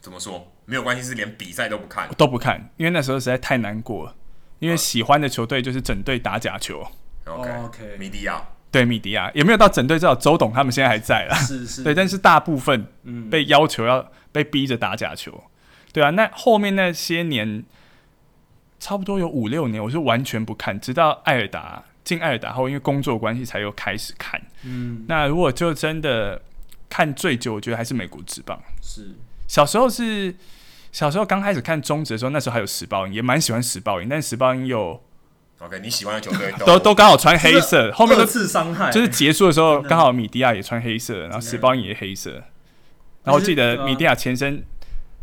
怎么说？没有关系，是连比赛都不看
我。都不看，因为那时候实在太难过了。因为喜欢的球队就是整队打假球，
OK，,
哦
OK
米迪亚
对米迪亚也没有到整队，至少周董他们现在还在啦。
是是，
对，但是大部分
嗯，
被要求要被逼着打假球，对啊。那后面那些年，差不多有五六年，我是完全不看，直到艾尔达进艾尔达后，因为工作关系才又开始看。
嗯
那如果就真的看最久，我觉得还是美国职棒。
是
小时候是小时候刚开始看中职的时候，那时候还有时报音，也蛮喜欢时报音，但时报音有
OK，你喜欢的球队
都都刚好穿黑色，后面
二
都
次伤害
就是结束的时候
哎真的
刚好米迪亚也穿黑色，然后时报音也黑色，然后我记
对
得
啊
米迪亚前身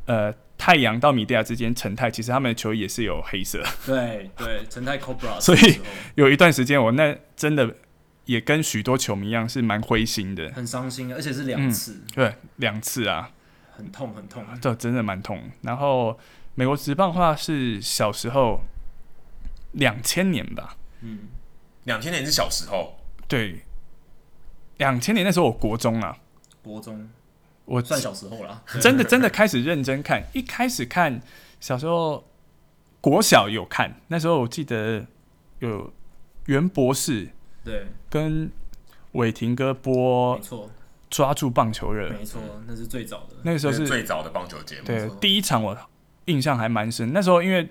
呃太阳到米迪亚之间成泰，其实他们的球衣也是有黑色，
对对，陈泰 Cobra，
所以
的时候
有一段时间我那真的也跟许多球迷一样是蛮灰心的，
很伤心，而且是两次，
对，两次啊，
很痛很痛。
这真的蛮痛。然后美国职棒的话是小时候两千年吧，
嗯，
两千年是小时候，
对，两千年那时候我国中啊，
国中
我
算小时候啦，
真的真的开始认真看，一开始看小时候国小有看，那时候我记得有袁博士
对，
跟伟霆哥
没
播《
错，
抓住棒球热》，
没错，那是最早的。
那个时候
这是
是
最早的棒球节目。
对
错
第一场我印象还蛮深，那时候因为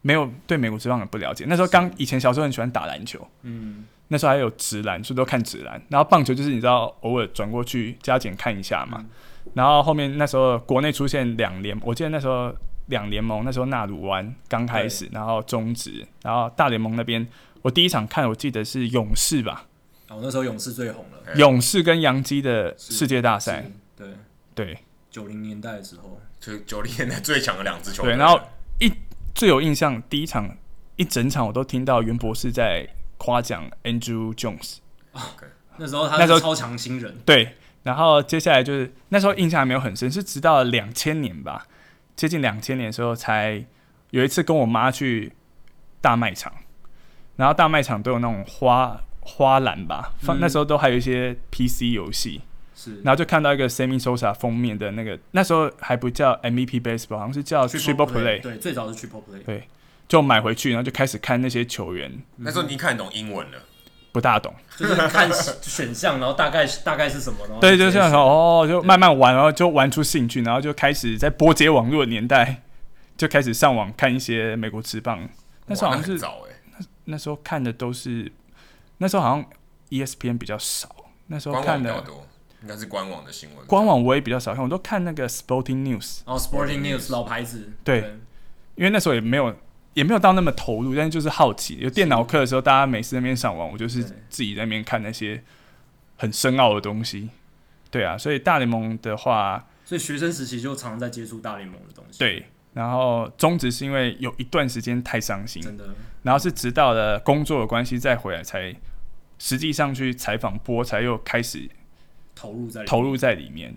没有对美国职棒很不了解，那时候刚以前小时候很喜欢打篮球。
嗯，
那时候还有直篮，所以都看直篮。然后棒球就是你知道偶尔转过去加减看一下嘛。
嗯
然后后面那时候国内出现两联，我记得那时候两联盟，那时候纳鲁湾刚开始，然后中职，然后大联盟那边，我第一场看我记得是勇士吧，
哦，那时候勇士最红了，
对
勇士跟洋基的世界大赛
哎是，，对，
对
九零年代的时候，
就九零年代最强的两支球队。
对。然后一最有印象第一场一整场我都听到袁博士在夸奖 Andrew Jones，
那时候他
那时候
是超强新人，
对，然后接下来就是那时候印象还没有很深，是直到两千年吧，接近两千年的时候才有一次跟我妈去大卖场，然后大卖场都有那种花花篮吧，放、那时候都还有一些 PC 游戏，
是
然后就看到一个 Sammy Sosa 封面的那个，那时候还不叫 MVP Baseball，好像是叫 Triple Play，
对，最早是 Triple Play，
对，就买回去，然后就开始看那些球员，
那时候你已经看得懂英文了，
不大懂。
哦
就是看选 项，然后大概大概是什么，然后
对，就像
是
说哦，就慢慢玩，然后就玩出兴趣，然后就开始在波接网络的年代， 就开始上网看一些美国职棒。那时候
哇
好像
很
是
早哎、
那时候看的都是，那时候好像 E ESPN 比较少，那时候
官网
看
比较
的
多，应该是官网的新闻。
官网我也比较少看，我都看那个 Sporting News，
然后 Sporting News 老牌子，
对因为那时候也没有也没有到那么投入，但是就是好奇。有电脑课的时候，大家没事在那边上网，我就是
对
自己在那边看那些很深奥的东西。对啊，所以大联盟的话，
所以学生时期就常在接触大联盟的东西，，
对，然后中职是因为有一段时间太伤心，
真的
然后是直到了工作的关系再回来，才实际上去采访波，才又开始
投入在里面
投入在里面。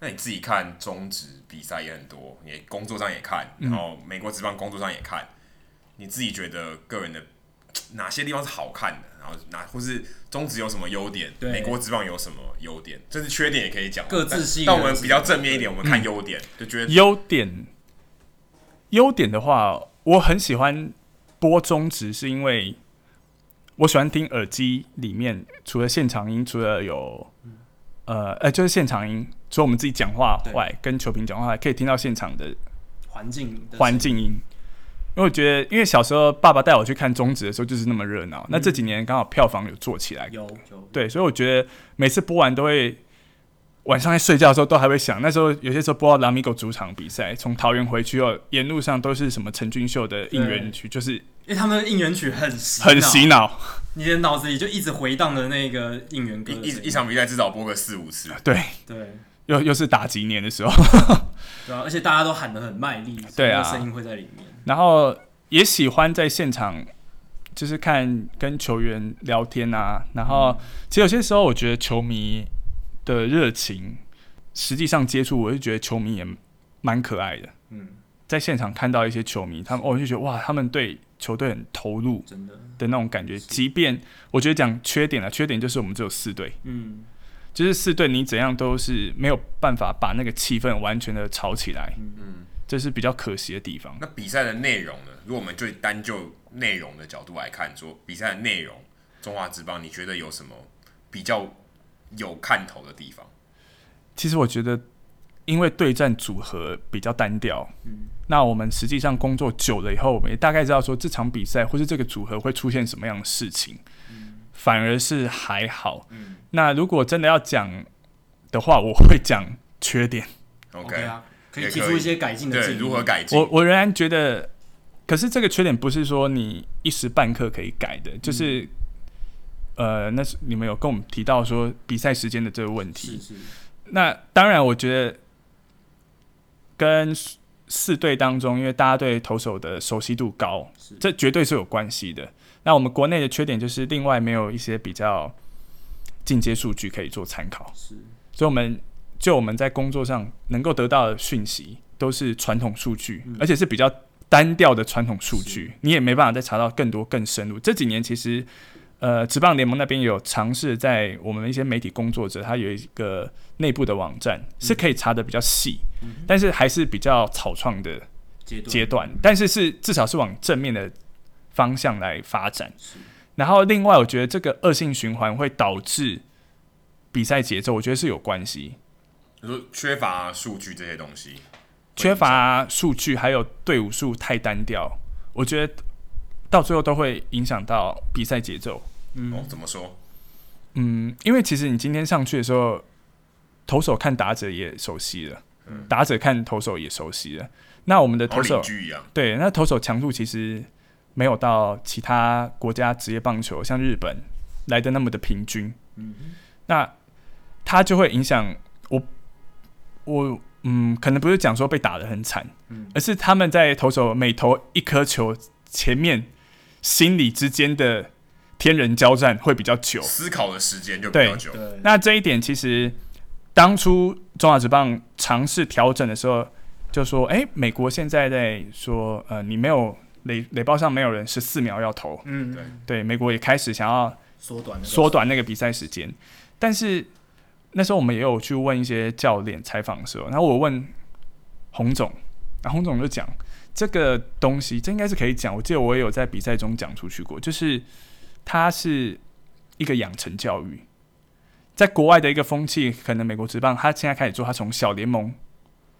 那你自己看中职比赛也很多，也工作上也看，
嗯
然后美国职棒工作上也看，你自己觉得个人的哪些地方是好看的？然后哪或是中职有什么优点？
对
美国职棒有什么优点？甚至缺点也可以讲。
各自
但
吸引
但
人
我们
是
比较
吧
正面一点，我们看优点，
嗯
就觉得
优点，优点的话，我很喜欢播中职，是因为我喜欢听耳机里面除了现场音，除了有呃呃，就是现场音，除了我们自己讲话
对
外，跟球评讲话外，可以听到现场的
环境的
环境音。因为我觉得，因为小时候爸爸带我去看中职的时候就是那么热闹，那这几年刚好票房有做起来，
有有
对，所以我觉得每次播完都会晚上在睡觉的时候都还会想，那时候有些时候播到拉米狗主场比赛，从桃园回去哦，沿路上都是什么陈俊秀的应援曲，就是
因为他们的应援曲很洗
很
脑
洗脑，
你的脑子里就一直回荡的那个应援歌
一
的
一
声音
一场比赛至少播个四五次，
对，
对
又又是打击年的时候，
对啊，而且大家都喊得很卖力，所以
对啊
那声音会在里面。
然后也喜欢在现场，就是看跟球员聊天啊。然后
嗯
其实有些时候，我觉得球迷的热情，实际上接触，我就觉得球迷也蛮可爱的。
嗯，
在现场看到一些球迷，他们哦我就觉得哇，他们对球队很投入
真的，
的那种感觉。即便我觉得讲缺点啊，缺点就是我们只有四队，
嗯
就是四队你怎样都是没有办法把那个气氛完全的炒起来，
嗯，
这是比较可惜的地方。
那比赛的内容呢？如果我们就单就内容的角度来看，说比赛的内容，中华职棒你觉得有什么比较有看头的地方？
其实我觉得，因为对战组合比较单调，
嗯
那我们实际上工作久了以后，我们也大概知道说这场比赛或是这个组合会出现什么样的事情，反而是还好。
嗯
那如果真的要讲的话，我会讲缺点。
OK，,
，OK 啊，可以
也
提
可
出一
以
些改进的
对，
建议。
如何？改进
我？我仍然觉得，可是这个缺点不是说你一时半刻可以改的，就是。
嗯
呃，那是你们有跟我们提到说比赛时间的这个问题，
是是，
那当然，我觉得跟四四队当中，因为大家对投手的熟悉度高
是，
这绝对是有关系的。那我们国内的缺点就是，另外没有一些比较进阶数据可以做参考，
是
所以我们就我们在工作上能够得到的讯息都是传统数据，
嗯
而且是比较单调的传统数据，你也没办法再查到更多更深入。这几年其实，呃，职棒联盟那边有尝试在我们一些媒体工作者，他有一个内部的网站是
嗯
可以查的比较细，但是还是比较草创的
阶段
阶段，但是是至少是往正面的方向来发展
是。
然后另外，我觉得这个恶性循环会导致比赛节奏，我觉得是有关系。
你说缺乏数据这些东西，
缺乏数据，还有队伍数太单调，我觉得到最后都会影响到比赛节奏。
哦，怎么说？
嗯，因为其实你今天上去的时候，投手看打者也熟悉了，打者看投手也熟悉了。那我们的
好
投
邻
手
居一样，
对，那投手强度其实没有到其他国家职业棒球像日本来的那么的平均。
嗯
那它就会影响我，我嗯，可能不是讲说被打得很惨，
嗯
而是他们在投手每投一颗球前面心理之间的天人交战会比较久。
思考的时间就比较久。
对，
那这一点其实当初中华职棒尝试调整的时候，就说，哎、美国现在在说，呃，你没有垒垒包上没有人十四秒要投，
嗯
对
对，美国也开始想要
缩短那个
缩短那个比赛时间。但是那时候我们也有去问一些教练采访的时候，然后我问洪总，然后洪总就讲这个东西，这应该是可以讲。我记得我也有在比赛中讲出去过，就是它是一个养成教育，在国外的一个风气，可能美国职棒他现在开始做，他从小联盟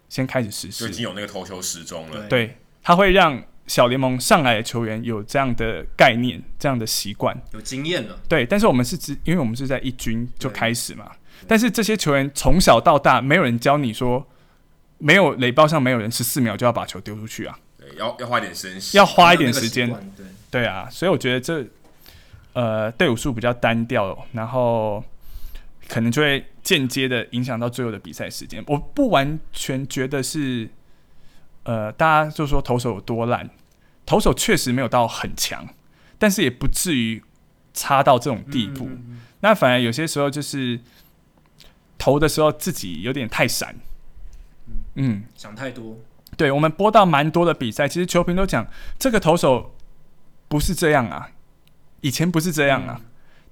先开始实
就已
施，
经有那个投球时钟了，
对
对，他会让小联盟上来的球员有这样的概念、这样的习惯。
有经验了，
对，但是我们是只因为我们是在一军就开始嘛，但是这些球员从小到大没有人教你说，没有垒包上没有人十四秒就要把球丢出去啊，
对，要要花点绅士，
要花一点
那个
时间
习。惯，对，
对啊，所以我觉得这呃队伍数比较单调，然后可能就会间接的影响到最后的比赛时间。我不完全觉得是呃大家就说投手有多烂，投手确实没有到很强，但是也不至于差到这种地步。
嗯嗯
那反而有些时候就是投的时候自己有点太闪，嗯，
嗯想太多，
对，我们播到蛮多的比赛，其实球评都讲这个投手不是这样啊，以前不是这样啊，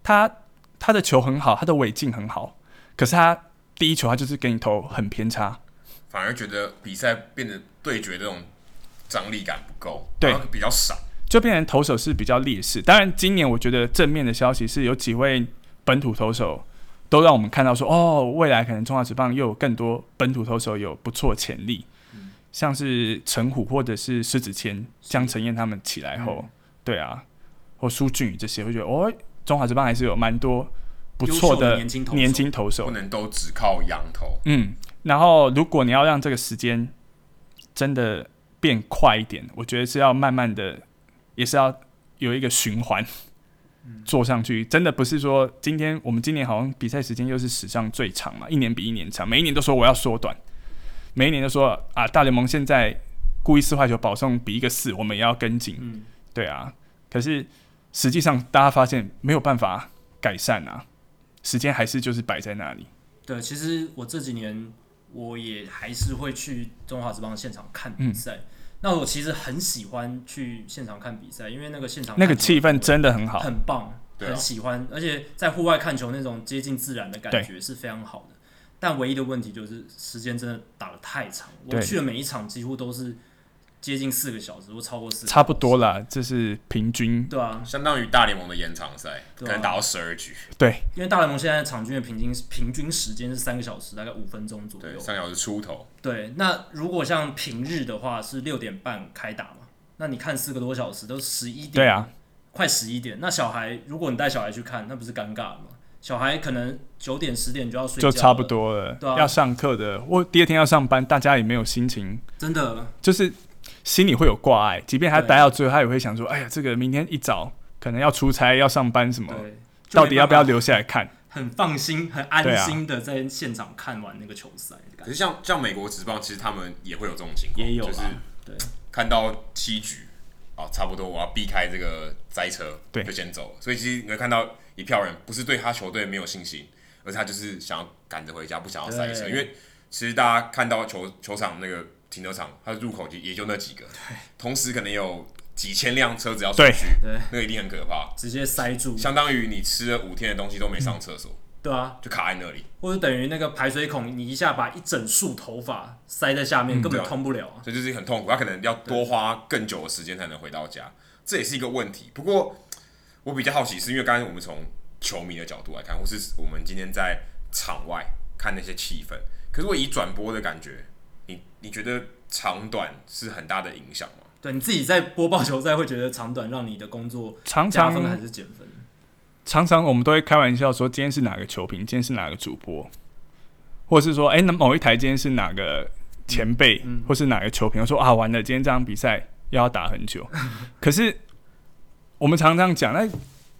他他的球很好，他的尾劲很好，可是他第一球他就是给你投很偏差，
反而觉得比赛变得对决这种张力感不够，
对
然后比较少。
就变成投手是比较劣势。当然，今年我觉得正面的消息是有几位本土投手都让我们看到说，哦，未来可能中华职棒又有更多本土投手有不错潜力，
嗯
像是陈虎或者是狮子谦、江承燕他们起来
嗯
后，对啊，或苏俊宇这些，会觉得哦，中华职棒还是有蛮多不错
优秀的
的
年轻投手
年轻投手
不，能都只靠羊头。
嗯，然后如果你要让这个时间真的变快一点，我觉得是要慢慢的，也是要有一个循环
嗯
做上去。真的不是说今天我们今年好像比赛时间又是史上最长嘛，一年比一年长，每一年都说我要缩短，每一年都说啊，大联盟现在故意四坏球保送比一个四，我们也要跟进。
嗯
对啊，可是实际上大家发现没有办法改善啊，时间还是就是摆在那里。
对，其实我这几年我也还是会去中华职棒现场看比
嗯
赛。那我其实很喜欢去现场看比赛，因为那个现场
那个
看球
气氛真的很好，
很棒，
对啊
很喜欢，而且在户外看球那种接近自然的感觉是非常好的。但唯一的问题就是时间真的打得太长，我
对
去的每一场几乎都是接近四个小时，或超过四个，
差不多，啦，这是平均
对啊，
相当于大联盟的延长赛，可
对啊
能打到十二局，
对
因为大联盟现在场均的平均平均时间是三个小时，大概五分钟左
对，
右。
三小时出头，
对，那如果像平日的话是六点半开打嘛，那你看四个多小时都十一点，
对啊，
快十一点。那小孩如果你带小孩去看，那不是尴尬了吗？小孩可能九点十点就要睡觉
就
了，
差不多了。
对啊
要上课的，我第二天要上班，大家也没有心情，
真的
就是心里会有挂碍。即便他
对
待到最后，他也会想说：“哎呀，这个明天一早可能要出差，要上班什么，
对，
到底要不要啊
就没办法
留下来看
很放心、很安心的在现场看完那个球赛的感
可
觉。
是像像美国职棒，其实他们也会有这种情况，
也有啦
就是
对
看到七局啊，差不多我要避开这个塞车，
对
就先走了。所以其实你会看到一票人不是对他球队没有信心，而是他就是想要赶着回家，不想要塞车。
对
因为其实大家看到球球场那个停车场，它的入口就也就那几个，同时可能有几千辆车子要出
对
去，
对，
那个一定很可怕。
直接塞住，
相当于你吃了五天的东西都没上厕所，
对啊，
就卡在那里。
或者等于那个排水孔，你一下把一整束头发塞在下
嗯
面，根本通不了啊。
所以就是很痛苦，他可能要多花更久的时间才能回到家，这也是一个问题。不过我比较好奇，是因为刚才我们从球迷的角度来看，或是我们今天在场外看那些气氛，可是我以转播的感觉，你你觉得长短是很大的影响吗？
对，你自己在播报球赛会觉得长短让你的工作？”
常
加分还
常
是减分？
常常我们都会开玩笑说：“今天是哪个球评？今天是哪个主播？”或是说：“哎、那某一台今天是哪个前辈，或是哪个球评？”我说：“啊，完了，今天这场比赛又要打很久。”可是我们常常讲，那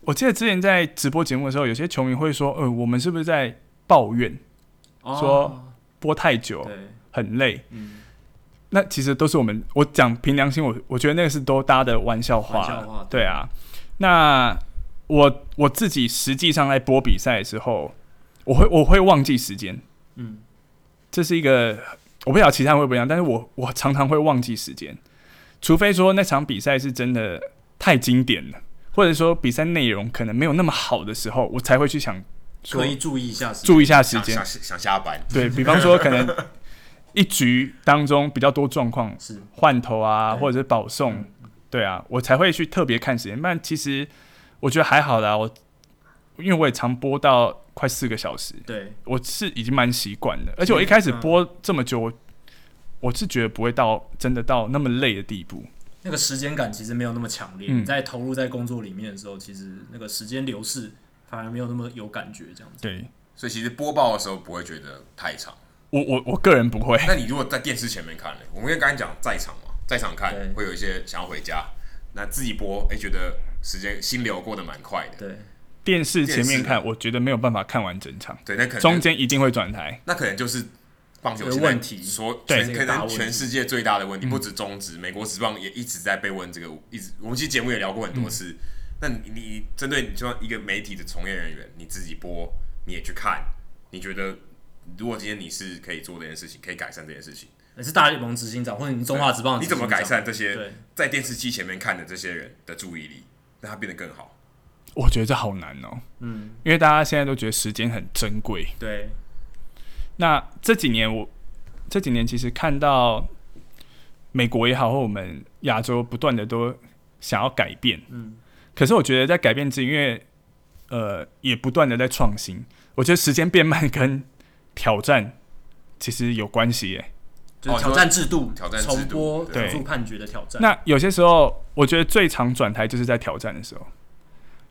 我记得之前在直播节目的时候，有些球迷会说：“呃，我们是不是在抱怨
哦
说播太久，
对，
很累？”
嗯，
那其实都是我们，我讲凭良心，我我觉得那个是都搭的玩笑话，
玩笑话
对啊。那我我自己实际上在播比赛的时候，我会我会忘记时间，
嗯，
这是一个我不晓得其他人会不会一样，但是我我常常会忘记时间，除非说那场比赛是真的太经典了，或者说比赛内容可能没有那么好的时候，我才会去想说
可以注意一下时间。
注意一下时
想
间
想，想下班，
对比方说，可能一局当中比较多状况
是
换头啊，
对
或者是保送，对啊，我才会去特别看时间。但其实我觉得还好啦，我因为我也常播到快四个小时，
对，
我是已经蛮习惯的。而且我一开始
嗯
播这么久，我我是觉得不会到真的到那么累的地步。
那个时间感其实没有那么强烈。
嗯
你在投入在工作里面的时候，其实那个时间流逝反而没有那么有感觉，这样子。
对
所以其实播报的时候不会觉得太长。
我我我个人不会，
那你如果在电视前面看呢？我们刚才讲在场嘛，在场看
对
会有一些想要回家，那自己播，哎、觉得时间心流过得蛮快的。
对，
电视前
电
面
视
看，我觉得没有办法看完整场，
对，那可能
中间一定会转台。
那可能就是棒球
这个
现在
呃问题
所
对
全
这
可
个大
能
问
全
题嗯
世界最大的问题，不止中职，美国职棒也一直在被问这个，一直我们其实节目也聊过很多
嗯
次。那你你针对你就像一个媒体的从业人员，你自己播，你也去看，你觉得如果今天你是可以做这件事情，可以改善这件事情，
也是大联盟执行长或者你中华职棒的
你
执
怎
行长，
么改善这些
对
在电视机前面看的这些人的注意力，让他变得更好？
我觉得这好难哦、
嗯，
因为大家现在都觉得时间很珍贵。
对，
那这几年我这几年其实看到美国也好，或我们亚洲不断的都想要改变，
嗯，
可是我觉得在改变之余，因为呃也不断的在创新。我觉得时间变慢跟挑战其实有关系耶。
就是挑战制度、
哦挑战制度
重播、
对
辅助判决的挑战。
那有些时候，我觉得最常转台就是在挑战的时候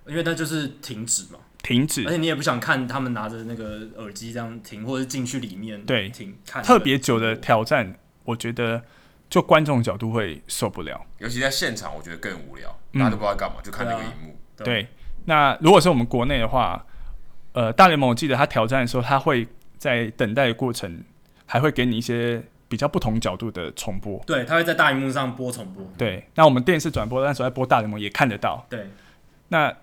因为那就是停止嘛，
停
而且
止，
你也不想看他们拿着那个耳机这样停，或者是进去里面
对
停看那个
特别久的挑战，我觉得就观众角度会受不了。
尤其在现场，我觉得更无聊，
嗯
大家都不知道干嘛，就看那个
嗯对啊
荧幕。
对
对，那如果是我们国内的话，呃，大联盟我记得他挑战的时候，他会在等待的过程还会给你一些比较不同角度的重播。
对，他会在大荧幕上播重播。
对，那我们电视转播那时候在播大联盟也看得到。
对
那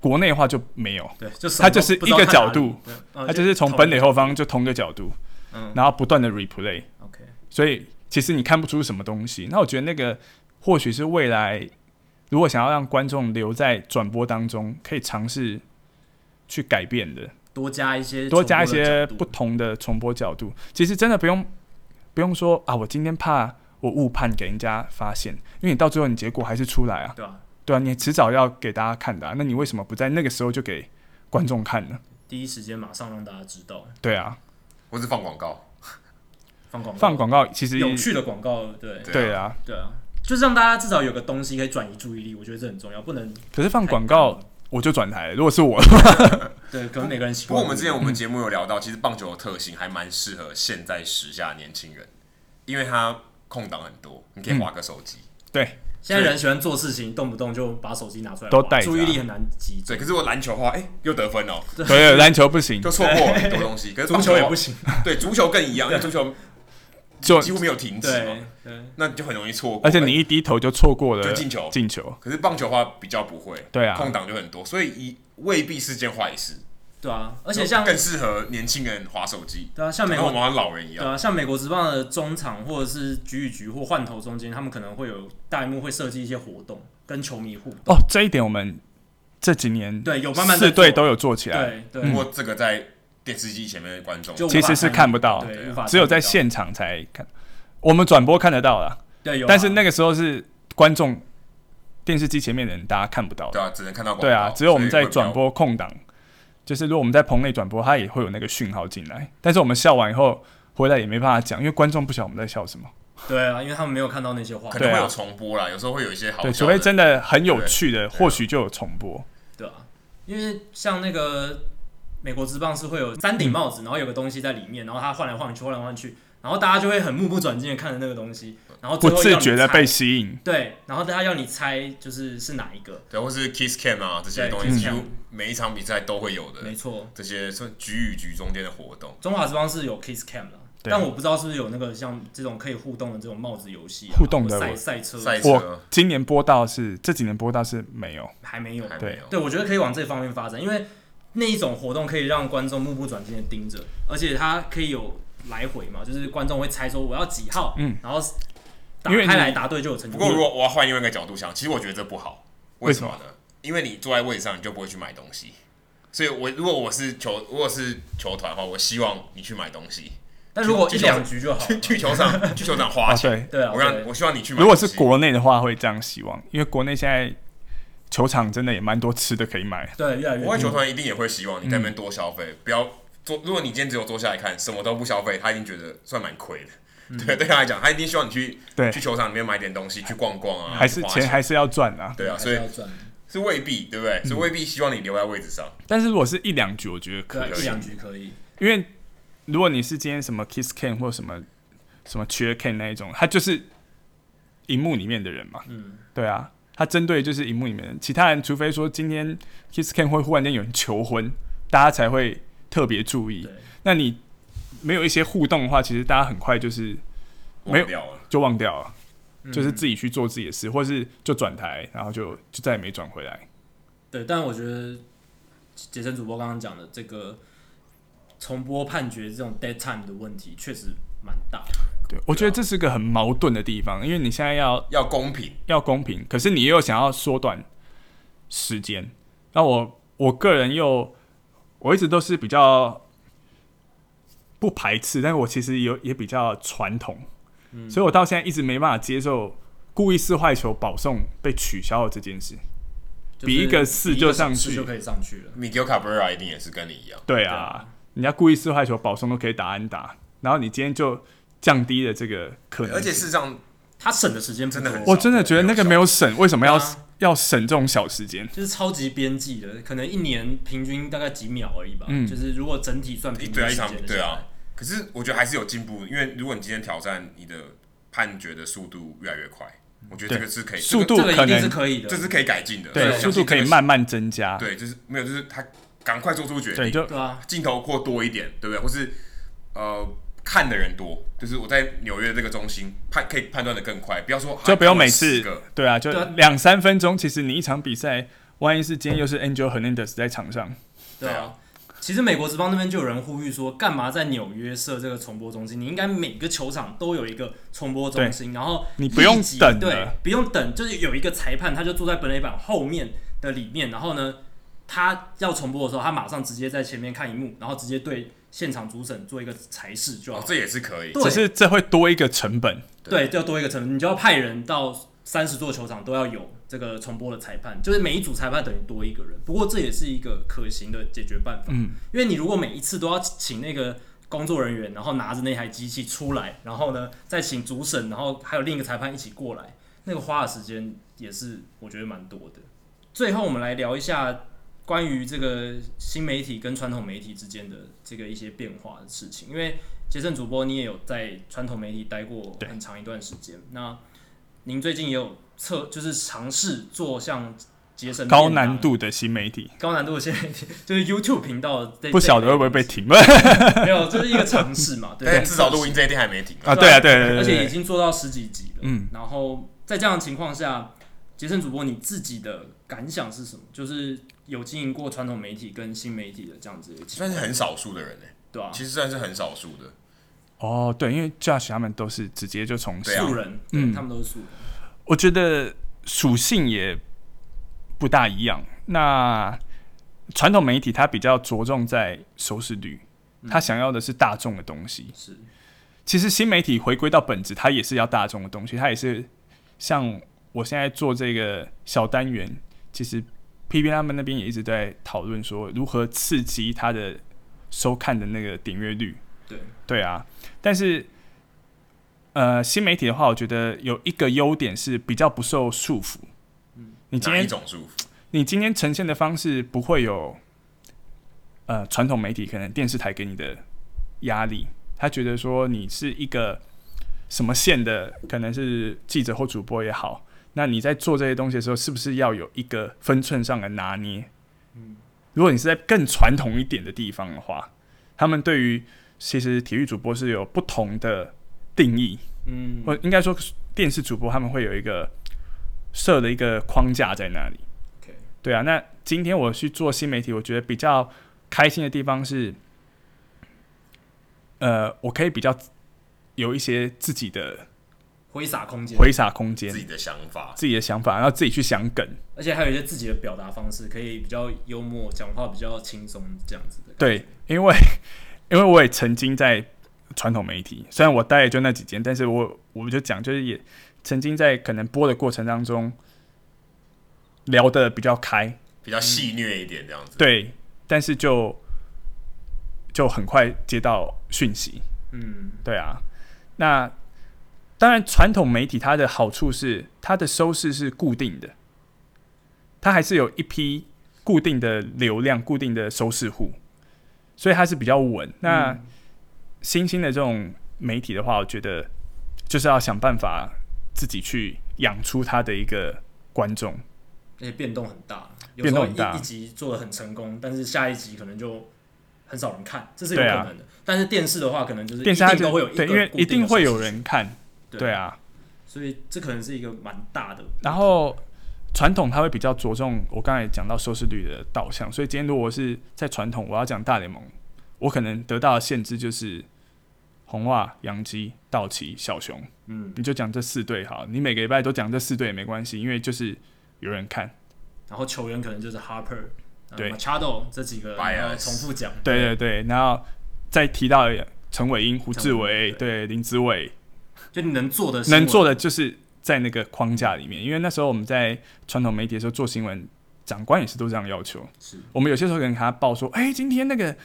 国内的话就没有，
对，就
它就是一个角度，
它
它就是从本垒后方就同一个角度，
哦嗯
然后不断的 replay，
OK，
所以其实你看不出什么东西。那我觉得那个或许是未来如果想要让观众留在转播当中，可以尝试去改变的。
多加一些
多加一些
重播的
不
角度
同的重播角度。其实真的不用不用说啊，我今天怕我误判给人家发现，因为你到最后你结果还是出来啊，
对吧？
对啊，你迟早要给大家看的、啊，那你为什么不在那个时候就给观众看呢？
第一时间马上让大家知道，
对啊，
或是放广告，
放广告
放广告其实
哦有趣的广告，对
对
对啊，
对啊，就是让大家至少有个东西可以转移注意力，我觉得这很重要，不能
可是放广告我就转台了，如果是我，
对，可能每个
啊
人习
不
惯
过
不一样。
我们之前我们节目有聊到，其实棒球的特性还蛮适合现在时下的年轻人，因为它空档很多，你可以划个手机。
对
现在人喜欢做事情，动不动就把手机拿出来
都
玩
带着啊
注意力很难集中。
对，可是我篮球的话，哎、又得分哦，
对，篮球不行
就，错过了很多东 西。可是
足
棒
球也
的话
不，行，
对，足球更一样，因为足球
就
几乎没有停止
对
嘛，
对，
那你就很容易错过。
而且你一低头就错过了
就进球
进球，
可是棒球的话比较不会，
对啊
空档就很多，所以一未必是件坏事。
对啊，而
而
且像
更适合年轻人划手机，
对啊，像美
跟我
国
们玩老人一
对
样，
啊，像美国职棒的中场或者是局与局或换头中间，他们可能会有大荧幕会设计一些活动跟球迷互动。
哦，这一点我们这几年
对，有慢慢在
四队
做
都有做起来，
不
对对，
过这个在电视机前面的观众
就无法
其实是看不到
参与
对
对，
啊
无法
只有在
参与
现场才看，我们转播看得到啦。
到对有啊，
但是那个时候是观众电视机前面的人，大家看不到的。
对啊，只能看到广告
对啊，只有我们在
所以会比较
转播空档，就是如果我们在棚内转播，它也会有那个讯号进来。但是我们笑完以后回来也没办法讲，因为观众不晓得我们在笑什么。
哦
对啊，因为他们没有看到那些画
可
面，
能会
对啊
有重播啦，有时候会有一些好
对，除
笑
非
的。
真的很有趣的，
对
或许就有重播。
对啊，因为像那个美国职棒是会有三顶帽
嗯
子，然后有个东西在里面，然后它换来换去，换来换去，然后大家就会很目不转睛的看着那个东西，然后
不
最后
嗯自
要你
觉的
猜
被吸引，
对，然后他要你猜就是是哪一个，
对，或是 kiss cam 啊这些
对
东西，
kiss
几乎
cam
每一场比赛都会有的
没。错，
这些是局与局中间的活动，
中华之邦是有 Kiss Cam 的，
对
但我不知道是不是有那个像这种可以互动的这种帽子游戏、啊，
互动的
或赛
我
赛车
赛车
我今年播到是这几年播到是没有，
还没有。
还没
对
有。
对，我觉得可以往这方面发展，因为那一种活动可以让观众目不转睛的盯着，而且它可以有来回嘛，就是观众会猜说我要几号，
嗯，
然后打
因为
开
你
来答对就有成
不
就
过如
感。
果我要换另外一个角度想，其实我觉得这不好，为
为
什
什么
么呢？因为你坐在位置上，你就不会去买东西。所以我，如果我是球，如果是球团的话，我希望你去买东西，
但如果
去
一
球场
两局就好
去
了，
去球场，去球场花
啊
钱。
对，
对啊，
我
对
让我希望你去买
如
东
果
西。
是国内的话会这样希望，因为国内现在球场真的也蛮多吃的可以买。
对越来越
国外球团一定也会希望你在那边多消费，不要坐。如果你今天只有坐下来看，什么都不消费，他一定觉得算蛮亏的。对，对他来讲，他一定希望你去
嗯对
去球场里面买点东西，去逛逛啊，
还是
去花
钱还是要嗯赚啊。
对啊，
还
所
是
以
要赚，
是未必，对不对？是未必希望你留在位置上。
但是如果是一两局，我觉得可以
对啊
可以
一两局可以，
因为如果你是今天什么 Kiss Can 或什么什么缺 Can 那一种，他就是荧幕里面的人嘛，
嗯，
对啊，他针对就是荧幕里面的人，其他人除非说今天 Kiss Can 会忽然间有人求婚，大家才会特别注意
对。
那你没有一些互动的话，其实大家很快就是没有
忘掉了，
就忘掉了，就是自己去做自己的事，或是就转台，然后就就再也没转回来。
对，但我觉得杰森主播刚刚讲的这个重播判决这种 dead time 的问题，确实蛮大的。
对，啊我觉得这是个很矛盾的地方，因为你现在要
要公平。
要公平，可是你又想要缩短时间。那我我个人又我一直都是比较不排斥，但是我其实有也比较传统，所以我到现在一直没办法接受故意四坏球保送被取消的这件事。
就是
比一个四
比一个
就上
四
去
就可以上去了。
Miguel Cabrera 一定也是跟你一样，
对啊，人家故意四坏球保送都可以打安打，然后你今天就降低了这个可
嗯
能性，
而且事实上
他省的时间不
真的
多
很
我真的觉得那个没有省，为什么要、
对啊
要省这种小时间？
就是超级边际的，可能一年平均大概几秒而已吧。
嗯
就是如果整体算
一
平
对
均
啊
时
一场
间的
对
下
啊
来，，
可是我觉得还是有进步，因为如果你今天挑战，你的判决的速度越来越快，我觉得这个是可以
速度
这个
可
一定是
能
可以的。
这个这是可以改进的，
对
所以我
速
相
度
信
可以
这个是
慢慢增加，
对，就是没有，就是他赶快做出决
啊对，
定，
就
对啊，
镜头扩多一点，对不对？或是呃看的人多，就是我在纽约这个中心判可以判断的更快，不要说
就不用每
啊你
次
看了10个，
对啊，就
对啊
两三分钟。其实你一场比赛，万一是今天又是 Angel Hernandez 在场上，
对
对
啊
啊。
其实美国职棒那边就有人呼吁说，干嘛在纽约设这个重播中心？你应该每个球场都有一个重播中心，然后
你不用
立即
等了啊
对，不用等，就是有一个裁判，他就坐在本垒板后面的里面，然后呢，他要重播的时候，他马上直接在前面看一幕，然后直接对现场主审做一个裁示就
哦
好了。，
这也是可以
对，
只是这会多一个成本。
对，就要多一个成本，你就要派人到三十座球场都要有这个重播的裁判，就是每一组裁判等于多一个人。不过这也是一个可行的解决办法，
嗯，
因为你如果每一次都要请那个工作人员，然后拿着那台机器出来，然后呢再请主审，然后还有另一个裁判一起过来，那个花的时间也是我觉得蛮多的。最后我们来聊一下关于这个新媒体跟传统媒体之间的这个一些变化的事情，因为杰森主播你也有在传统媒体待过
对
很长一段时间，那您最近也有测就是尝试做像杰森
高
便当
难度的新媒体，
高难度的新媒体，就是 YouTube 频道的这
不晓得会不会被停了
没有，这是一个尝试嘛，对，
但至少录音这一天还没停啊。
啊？ 对啊，对对
而
对
且已
对，
经做到十几集了。
嗯，
然后在这样的情况下，杰森主播你自己的感想是什么？就是有经营过传统媒体跟新媒体的这样子的情
算是很少数的人呢、
对吧、
其实算是很少数的。
哦，对，因为 Josh 他们都是直接就从
对啊
素人，对
嗯
他们都是素人，
我觉得属性也不大一样。那传统媒体它比较着重在收视率，它想要的是大众的东西。
是
其实新媒体回归到本质，它也是要大众的东西，它也是像我现在做这个小单元，其实 P P 他们那边也一直在讨论说如何刺激它的收看的那个点阅率。
对，
对啊，但是呃，新媒体的话，我觉得有一个优点是比较不受束缚。你今
嗯哪一
天
种束缚？
你今天呈现的方式不会有呃传统媒体可能电视台给你的压力，他觉得说你是一个什么线的，可能是记者或主播也好，那你在做这些东西的时候，是不是要有一个分寸上的拿捏？如果你是在更传统一点的地方的话，他们对于其实体育主播是有不同的定义，
嗯，
或应该说电视主播他们会有一个设的一个框架在那里。
OK
对啊，那今天我去做新媒体，我觉得比较开心的地方是，呃，我可以比较有一些自己的
挥洒空间，
挥洒空间
自，己的想法，
自己的想法，然后自己去想梗。
而且还有一些自己的表达方式，可以比较幽默，讲话比较轻松这样子的。
对，因为因为我也曾经在传统媒体，虽然我待也就那几间，但是我我就讲，就是也曾经在可能播的过程当中聊得比较开，
比较戏谑一点这样子。
嗯对，但是就就很快接到讯息，
嗯，
对啊，那当然，传统媒体它的好处是它的收视是固定的，它还是有一批固定的流量、固定的收视户，所以它是比较稳。那
嗯
新兴的这种媒体的话，我觉得就是要想办法自己去养出它的一个观众。
而且变动很大，有时
变动
候
很大
一一集做的很成功，但是下一集可能就很少人看，这是有可
对啊
能的。但是电视的话，可能就是
电视
一
它
定
就
都会有一个
对，因为
固
一
定
定
的
会
收
有
视
人看，
对
对，啊。
所以这可能是一个蛮大的。
然后传统它会比较着重我刚才讲到收视率的导向，所以今天如果是在传统，我要讲大联盟，我可能得到的限制就是红袜、洋基、道奇、小熊，
嗯，
你就讲这四队好，你每个礼拜都讲这四队也没关系，因为就是有人看。
然后球员可能就是 Harper、呃、
对
Machado 这几个
Bias
然后重复讲，
对对对，然后再提到陈伟英、胡志
陈伟
伟、
英
对林子伟，
就你能做的新闻
能做的就是在那个框架里面，因为那时候我们在传统媒体的时候做新闻，长官也是都这样要求。
是
我们有些时候可能给他报说，哎、今天那个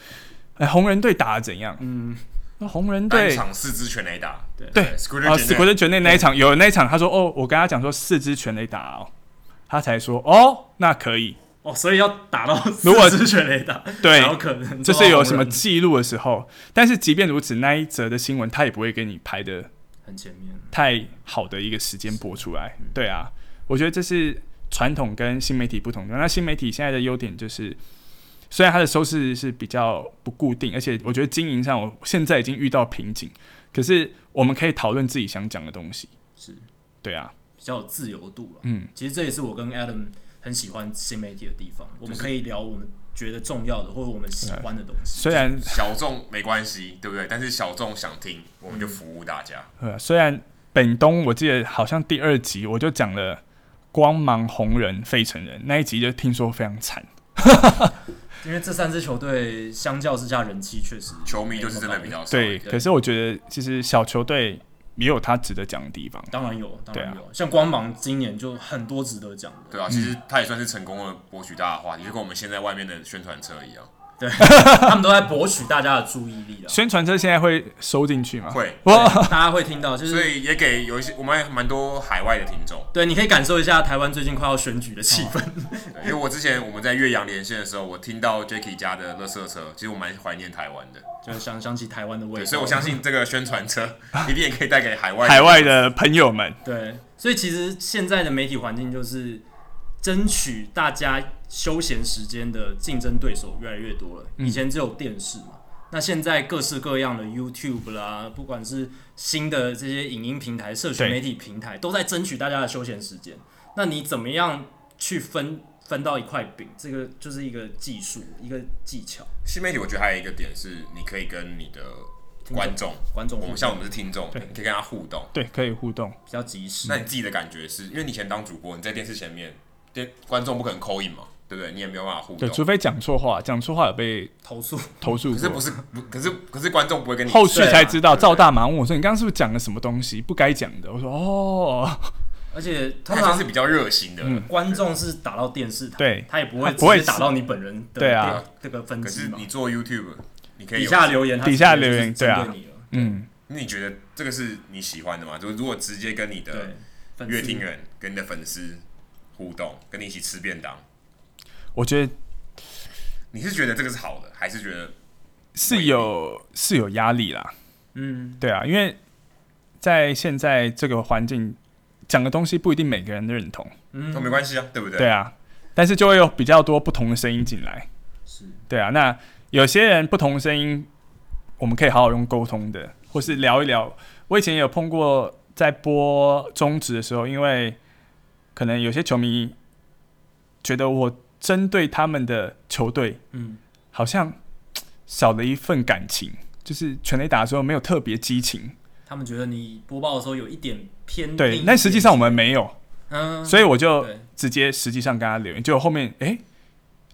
哎红人队打的怎样？
嗯，
那红人
单
队
场四支全垒打，
对啊，
，Scooter
是
Jeanette
国人全内那一场有那一场，他说哦，我跟他讲说四支全垒打哦，他才说哦，那可以。
哦，所以要打到
如果
四支全垒打，
对
才有可能
就
做到
是有
红
什么
人
记录的时候，但是即便如此，那一则的新闻他也不会给你排的
很前面，
太好的一个时间播出来。对啊，我觉得这是传统跟新媒体不同的。那新媒体现在的优点就是，虽然它的收视是比较不固定，而且我觉得经营上我现在已经遇到瓶颈，可是我们可以讨论自己想讲的东西。
是
对啊，
比较有自由度了。
嗯，
其实这也是我跟 Adam 很喜欢新媒体的地方，我们可以聊我们觉得重要的或者我们喜欢的东西。
虽然
小众没关系，对不对？但是小众想听，我们就服务大家。
呃，虽然本东我记得好像第二集我就讲了光芒红人费城人那一集，就听说非常惨。
因为这三支球队相较之下人气确实
球迷就是真的比较少，
对，
对
可是我觉得其实小球队也有他值得讲的地方。
当然有，当然
对啊
有。像光芒今年就很多值得讲的，
对
嗯
啊，其实他也算是成功的博取大家的话题，就跟我们现在外面的宣传车一样。
啊
他们都在博取大家的注意 力啊。
宣传车现在会收进去吗？
会，
哇，
大家会听到，就
所
是
以也给有一些我们还蛮多海外的听众，
对，你可以感受一下台湾最近快要选举的气氛。
对因为我之前我们在岳阳连线的时候，我听到 Jacky 家的乐色车，其实我蛮怀念台湾的，
就是想想起台湾的味
对，
道，
所以我相信这个宣传 车一定也可以带给海外
哦海外的朋友们，
对，所以其实现在的媒体环境就是争取大家休闲时间的竞争对手越来越多了。
嗯
以前只有电视嘛，那现在各式各样的 YouTube 啦，不管是新的这些影音平台、社群
对
媒体平台，都在争取大家的休闲时间。那你怎么样去分分到一块饼？这个就是一个技术，一个技巧。
新媒体，我觉得还有一个点是，你可以跟你的
听众
观众，
观众
我们像我们是听众，
对嗯
你可以跟他互动。
对，可以互动。
比较及时
那，你自己的感觉是，因为你以前当主播，你在电视前面，电观众不可能扣印嘛，对不对？你也没有办法互
对，
动。
除非讲错话，讲错话有被
投 诉
投诉
可是不
过。
是，不可是可是观众不会跟你
后续
对啊
才知道，
对
赵大马问我说：“你刚刚是不是讲了什么东西不该讲的？”我说：“哦，
而且通
他还算
常
是比较热心的，
嗯
观众是打到电视台，
对
他也不会
他不会
直接打到你本人的
对啊
电这个分
可
支
是
嘛
你。做 YouTube，你可以
嗯底
有
下留言，他
底下留
直接就
言
是
对啊
针对你了，
嗯，
那你觉得这个是你喜欢的吗？就是如果直接跟你的
啊
对，粉丝
嗯乐听人、跟你的粉丝互动，跟你一起吃便当，
我觉得
你是觉得这个是好的，还是觉得
是有是有压力啦。
嗯，
对啊，因为在现在这个环境，讲的东西不一定每个人都认同。
嗯
都没关系啊，对不对？
对啊，但是就会有比较多不同的声音进来。
是
对啊，那有些人不同的声音，我们可以好好用沟通的，或是聊一聊。我以前也有碰过，在播中职的时候，因为可能有些球迷觉得我针对他们的球队，
嗯，
好像少了一份感情，就是全垒打的时候没有特别激情。
他们觉得你播报的时候有一点偏
对
硬，
那实际上我们没有，
嗯，
所以我就
对
直接实际上跟他留言，结果后面哎、诶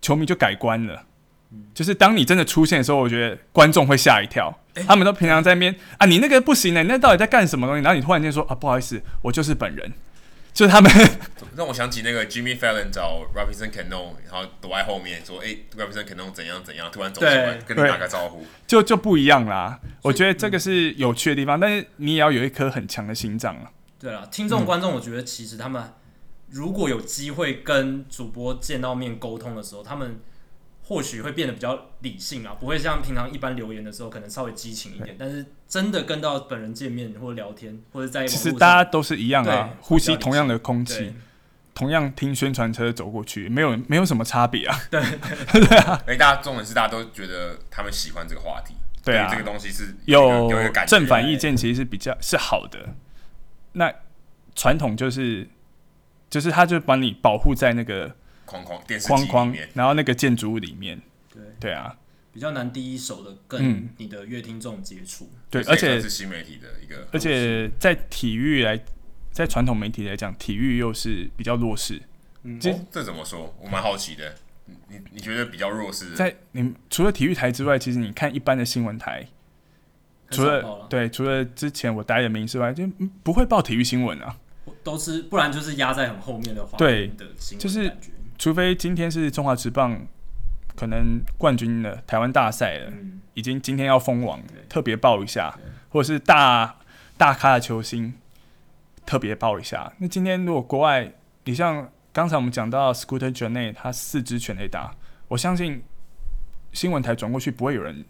球迷就改观了。
嗯
就是当你真的出现的时候，我觉得观众会吓一跳。他们都平常在那边啊，你那个不行呢、你那到底在干什么东西？然后你突然间说啊，不好意思，我就是本人，就是他们
让我想起那个 Jimmy Fallon 找 Robinson Cano，然后躲在后面说：“哎、r o b i n s o n Cano 怎样怎样，突然走出来跟
对
你打个招呼。
就就不一样啦。我觉得这
嗯
个是有趣的地方，但是你也要有一颗很强的心脏啊。
对了，听众观众，我觉得其实他们如果有机会跟主播见到面沟通的时候，他们或许会变得比较理性啊，不会像平常一般留言的时候可能稍微激情一点，但是真的跟到本人见面或者聊天或者在网
其
络
实
上
大家都是一样啊
对，
呼吸同样的空
对
气，同样听宣传车走过去，没有没有什么差别啊。
哎，大家重点是大家都觉得他们喜欢这个话题，
对啊
于这个东西是
有
有一个有一个感觉
正反意见其实是比较是好的。那传统就是就是他就把你保护在那个
框框电视机
框
里
框
面，，
然后那个建筑物里面。
对
对啊，
比较难第一手的
嗯
跟你的乐听众接触。
对，
这也
而
算
且呃
是新媒体的一个
而且在体育来，在传统媒体来讲，体育又是比较弱势。其实
哦这怎么说？我蛮好奇的。你你你觉得比较弱势的？
在你除了体育台之外，其实你看一般的新闻台，
很
除
少报
了对除了之前我待的民事外，就嗯不会报体育新闻啊。
都是不然就是压在很后面的话，
对
的新闻
就是
感觉
除非今天是中华职棒可能冠军了，台湾大赛了，
嗯，
已经今天要封王了
对，
特别报一下，或者是大大咖的球星特别报一下。那今天如果国外，你像刚才我们讲到 Scooter j o n e 他四支全垒打，我相信新闻台转过去不会有人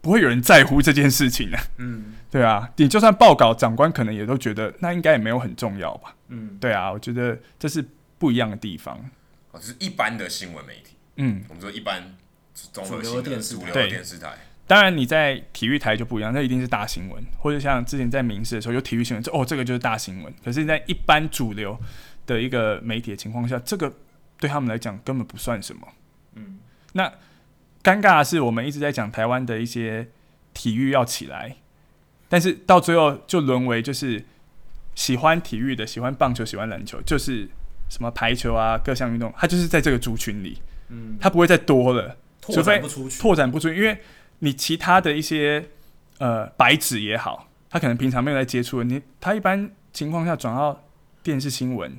不会有人在乎这件事情的、
嗯
对啊，你就算报告，长官可能也都觉得那应该也没有很重要吧。
嗯，
对啊，我觉得这是不一样的地方。
哦，就是一般的新闻媒体，
嗯，
我们说一般综合
主流
性的
电视台
主流
对
的电视台，
当然你在体育台就不一样，那一定是大新闻，或者像之前在民视的时候有体育新闻，这哦这个就是大新闻。可是，在一般主流的一个媒体的情况下，这个对他们来讲根本不算什么。
嗯，
那尴尬的是，我们一直在讲台湾的一些体育要起来，但是到最后就沦为就是喜欢体育的、喜欢棒球、喜欢篮球，就是什么排球啊，各项运动，它就是在这个族群里，
嗯，
它不会再多了。
拓
除非
展不出去，
拓展不出去，因为你其他的一些呃白纸也好，他可能平常没有在接触的，你他一般情况下转到电视新闻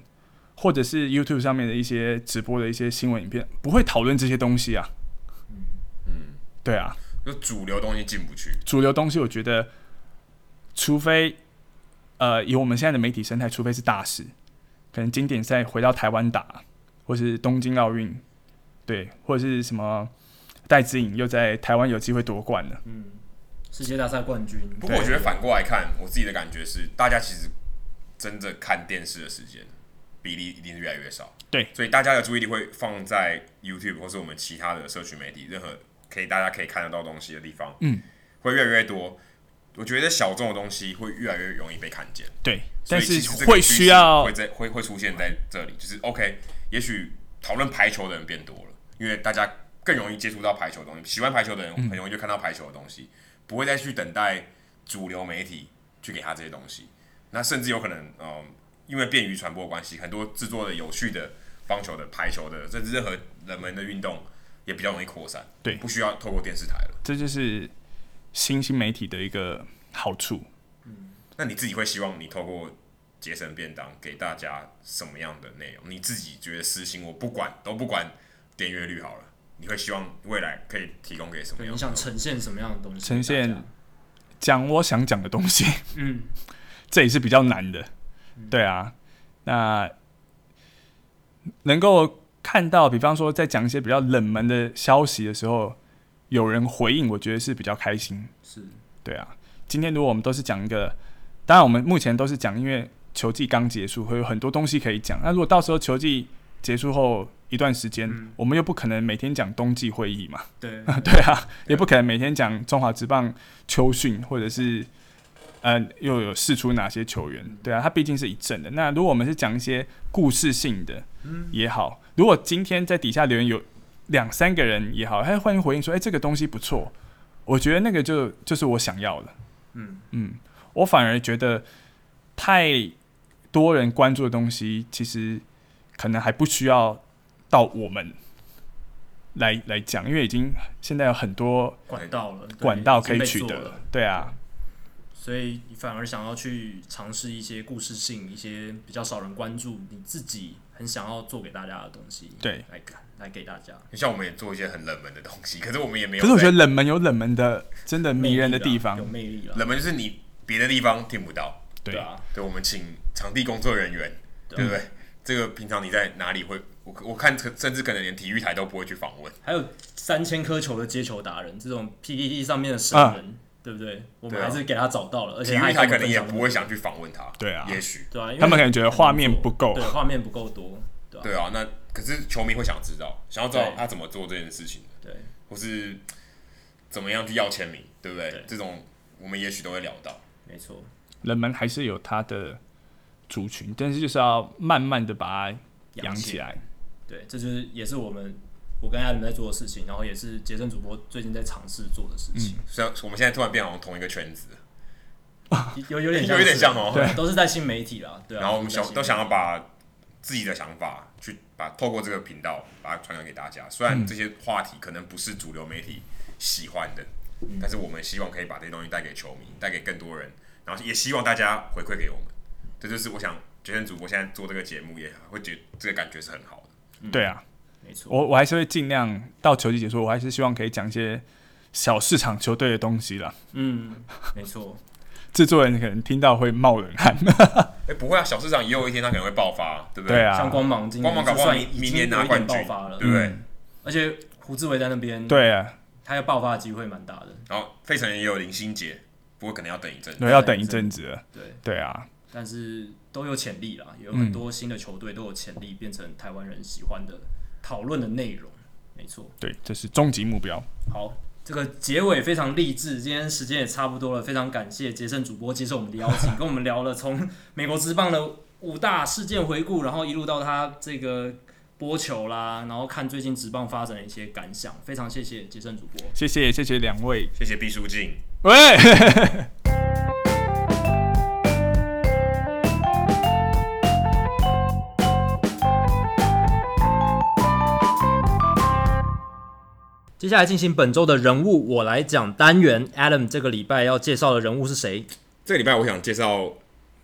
或者是 YouTube 上面的一些直播的一些新闻影片，不会讨论这些东西啊。
嗯，
对啊，
就主流东西进不去，
主流东西我觉得，除非呃以我们现在的媒体生态，除非是大事，可能经典赛回到台湾打，或是东京奥运，对，或者是什么戴资颖又在台湾有机会夺冠了。
嗯，世界大赛冠军。
不过我觉得反过来看，我自己的感觉是，大家其实真的看电视的时间比例一定是越来越少。
对，
所以大家的注意力会放在 YouTube 或是我们其他的社群媒体，任何可以大家可以看得到东西的地方，
嗯，
会越来越多。我觉得小众的东西会越来越容易被看见，
对，
所以
但
其
是
实这个
会
趋势
需要
会在会会出现在这里，就是 OK，也许讨论排球的人变多了，因为大家更容易接触到排球的东西，喜欢排球的人
嗯
很容易就看到排球的东西，不会再去等待主流媒体去给他这些东西。那甚至有可能，嗯，因为便于传播的关系，很多制作的有趣的棒球的、排球的，甚至任何冷门的运动也比较容易扩散，
对
不需要透过电视台了。
这就是新兴媒体的一个好处。
那你自己会希望你透过节省便当给大家什么样的内容？你自己觉得私心，我不管都不管点阅率好了，你会希望未来可以提供给什么
对
样的？
你想呈现什么样的东西？
呈现，讲我想讲的东西，
嗯，
这也是比较难的。对啊，那能够看到，比方说在讲一些比较冷门的消息的时候，有人回应，我觉得是比较开心。
是，
对啊，今天如果我们都是讲一个，当然我们目前都是讲，因为球季刚结束，会有很多东西可以讲。那如果到时候球季结束后一段时间，
嗯
我们又不可能每天讲冬季会议嘛，
对，
对啊，也不可能每天讲中华职棒秋训，或者是呃又有试出哪些球员，对啊，它毕竟是一阵的。那如果我们是讲一些故事性的也好，如果今天在底下留言有两三个人也好，哎，欢迎回应说，哎、这个东西不错，我觉得那个就就是我想要的。
嗯
嗯，我反而觉得太多人关注的东西，其实可能还不需要到我们来来讲，因为已经现在有很多
管道了，对
管道可以
已
取
经被
得
做了，
对啊，
所以你反而想要去尝试一些故事性、一些比较少人关注、你自己很想要做给大家的东西，
对，
来看来给大家。
像我们也做一些很冷门的东西，可是我们也没有
可
在。
是我觉得冷门有冷门的真的迷
魅
人
力
的
啦
地方
有，魅力了，
冷门就是你别的地方听不到。
对
啊，
对，我们请场地工作人员，对不对？ 这个平常你在哪里会？我我看甚至可能连体育台都不会去访问。
还有三千颗球的接球达人，这种 PPT 上面的神
啊
人，对不对？我们
对啊
还是给他找到了，而
体
且他
育台
还
可能也
跟我们分享
不会想去访问他。
对啊
也许
对啊，因为
他们可能觉得画面
很难
不
做
够
对，画面不够多，对啊，
对啊。那可是球迷会想知道，想要知道
对
他怎么做这件事情。
对，
或是怎么样去要签名，对不对？
对
这种我们也许都会聊到。
没错，
冷门还是有它的族群，但是就是要慢慢的把它养起来。
对，这就是也是我们我跟 Adam 在做的事情，然后也是杰森主播最近在尝试做的事情，
虽然我们现在突然变好像同一个圈子，
嗯
有有点
有一点
是
像哦
对，都是在新媒体啦，对啊，
然后我们想
在新媒体
都想要把自己的想法去把透过这个频道把它传扬给大家。虽
嗯
然这些话题可能不是主流媒体喜欢的，但是我们希望可以把这些东西带给球迷，带给更多人，然后也希望大家回馈给我们。
嗯
这就是我想，杰森主播现在做这个节目也会觉得这个感觉是很好的。
对啊，
没错。
我我还是会尽量到球季结束，我还是希望可以讲一些小市场球队的东西啦。
嗯，没错。
制作人可能听到会冒冷汗，
嗯
哎，不会啊，小市场也有一天它可能会爆发，对不
对
对
啊
像光芒今
光
年
芒
嗯就
搞不好
算
明
已
明
经有
年
一
拿
点
冠
爆
军
发了，嗯
对不对？
而且胡志伟在那边，
对啊，
他要爆发的机会蛮大的。
然后费城也有林心杰，不过可能要等一阵子。
对，要等一阵子了，
对，
对啊，
但是都有潜力啦，有很多新的球队都有潜力变成台湾人喜欢的讨论的内容。没错，
对，这是终极目标。
好，这个结尾非常励志，今天时间也差不多了，非常感谢杰森主播接受我们的邀请，跟我们聊了从美国职棒的五大事件回顾，然后一路到他这个播球啦，然后看最近职棒发展的一些感想，非常谢谢杰森主播。
谢谢谢谢两位，
谢谢毕书尽。
喂。
接下来进行本周的人物我来讲单元，Adam 这个礼拜要介绍的人物是谁？
这个礼拜我想介绍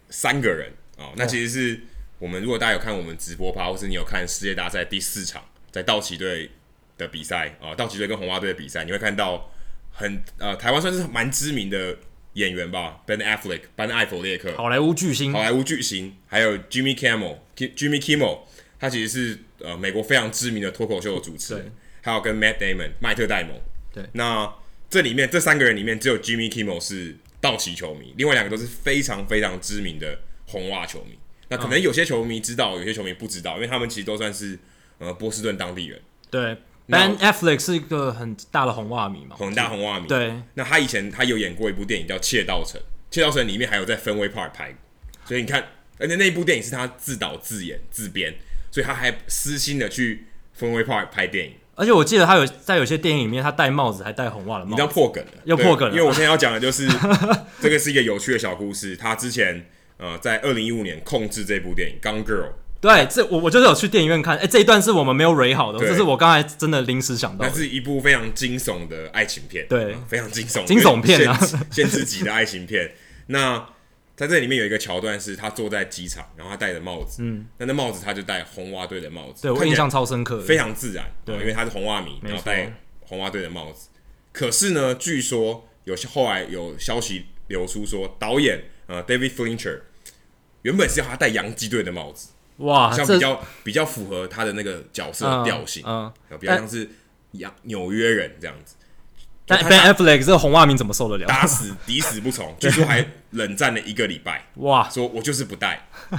三个人哦，那其实是我们如果大家有看我们直播趴，或是你有看世界大赛第四场在道奇队的比赛啊、哦道奇队跟红袜队的比赛，你会看到很呃台湾算是蛮知名的演员吧，Ben Affleck、班艾弗列克，
好莱坞巨星
好莱坞巨星，还有 Jimmy Kimmel、Ki- Jimmy Kimmel，他其实是呃美国非常知名的脱口秀的主持人，还有跟 Matt Damon 麦特戴蒙。
对
那这里面这三个人里面，只有 Jimmy Kimmel 是道奇球迷，另外两个都是非常非常知名的红袜球迷。那可
嗯
能有些球迷知道，有些球迷不知道，因为他们其实都算是呃波士顿当地人，
对
那
，Ben Affleck 是一个很大的红袜迷嘛，
很大红袜迷。
对，
那他以前他有演过一部电影叫《窃盗城》，《窃盗城》里面还有在分威 part 拍，所以你看，而且那一部电影是他自导自演自编，所以他还私心的去分威 part 拍电影，
而且我记得他有在有些电影里面，他戴帽子还戴红袜的
你
帽
知道
子，
破梗了，
哦又
对
破梗了
因为我现在要讲的就是这个是一个有趣的小故事，他之前呃在二零一五年控制这部电影《Gone Girl》，
对，这我我就是有去电影院看，哎、这一段是我们没有蕊好的，
对
这是我刚才真的临时想到
那
的，
是一部非常惊悚的爱情片，
对
嗯非常惊悚，
惊悚片啊
限制 级的爱情片。那在这里面有一个桥段是他坐在机场，然后他戴着帽子，嗯，那那帽子他就戴红袜队的帽子，
对我
看起来
印象超深刻的，
非常自然，啊
对
因为他是红袜迷，
没错
然后戴红袜队的帽子。可是呢，据说有后来有消息流出说，导演呃 David Fincher 原本是要他戴洋基队的帽子，
哇，
像
啊这
比较比较符合他的那个角色的调性，
嗯，嗯
比较像是洋纽约人这样子。
但呃
就他
Ben Affleck 这个红袜迷怎么受得了？
打死 抵死不从，据说还冷战了一个礼拜，
哇，
说我就是不带，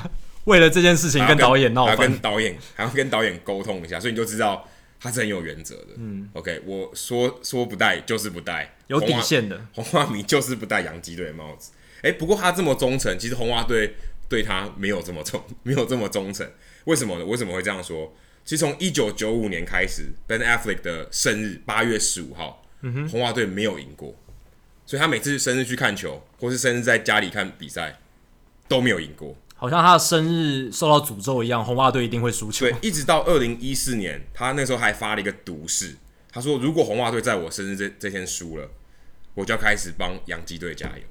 为了这件事情
还要
跟导演闹
还要
翻
跟，导演还要跟导演沟通一下，所以你就知道他是很有原则的。嗯，OK，我说说不带就是不带，
有底
红袜。
线的，
红袜迷就是不戴洋基队的帽子。哎、不过他这么忠诚，其实红袜队对他没有这么忠， 没有这么忠诚。为什么呢？为什么会这样说？其实从一九九五年开始，Ben Affleck 的生日八月十五号，红袜队没有赢过，所以他每次生日去看球，或是生日在家里看比赛，都没有赢过。
好像他的生日受到诅咒一样，红袜队一定会输球
对。，一直到二零一四年，他那时候还发了一个毒誓，他说如果红袜队在我生日这这天输了，我就要开始帮洋基队加油。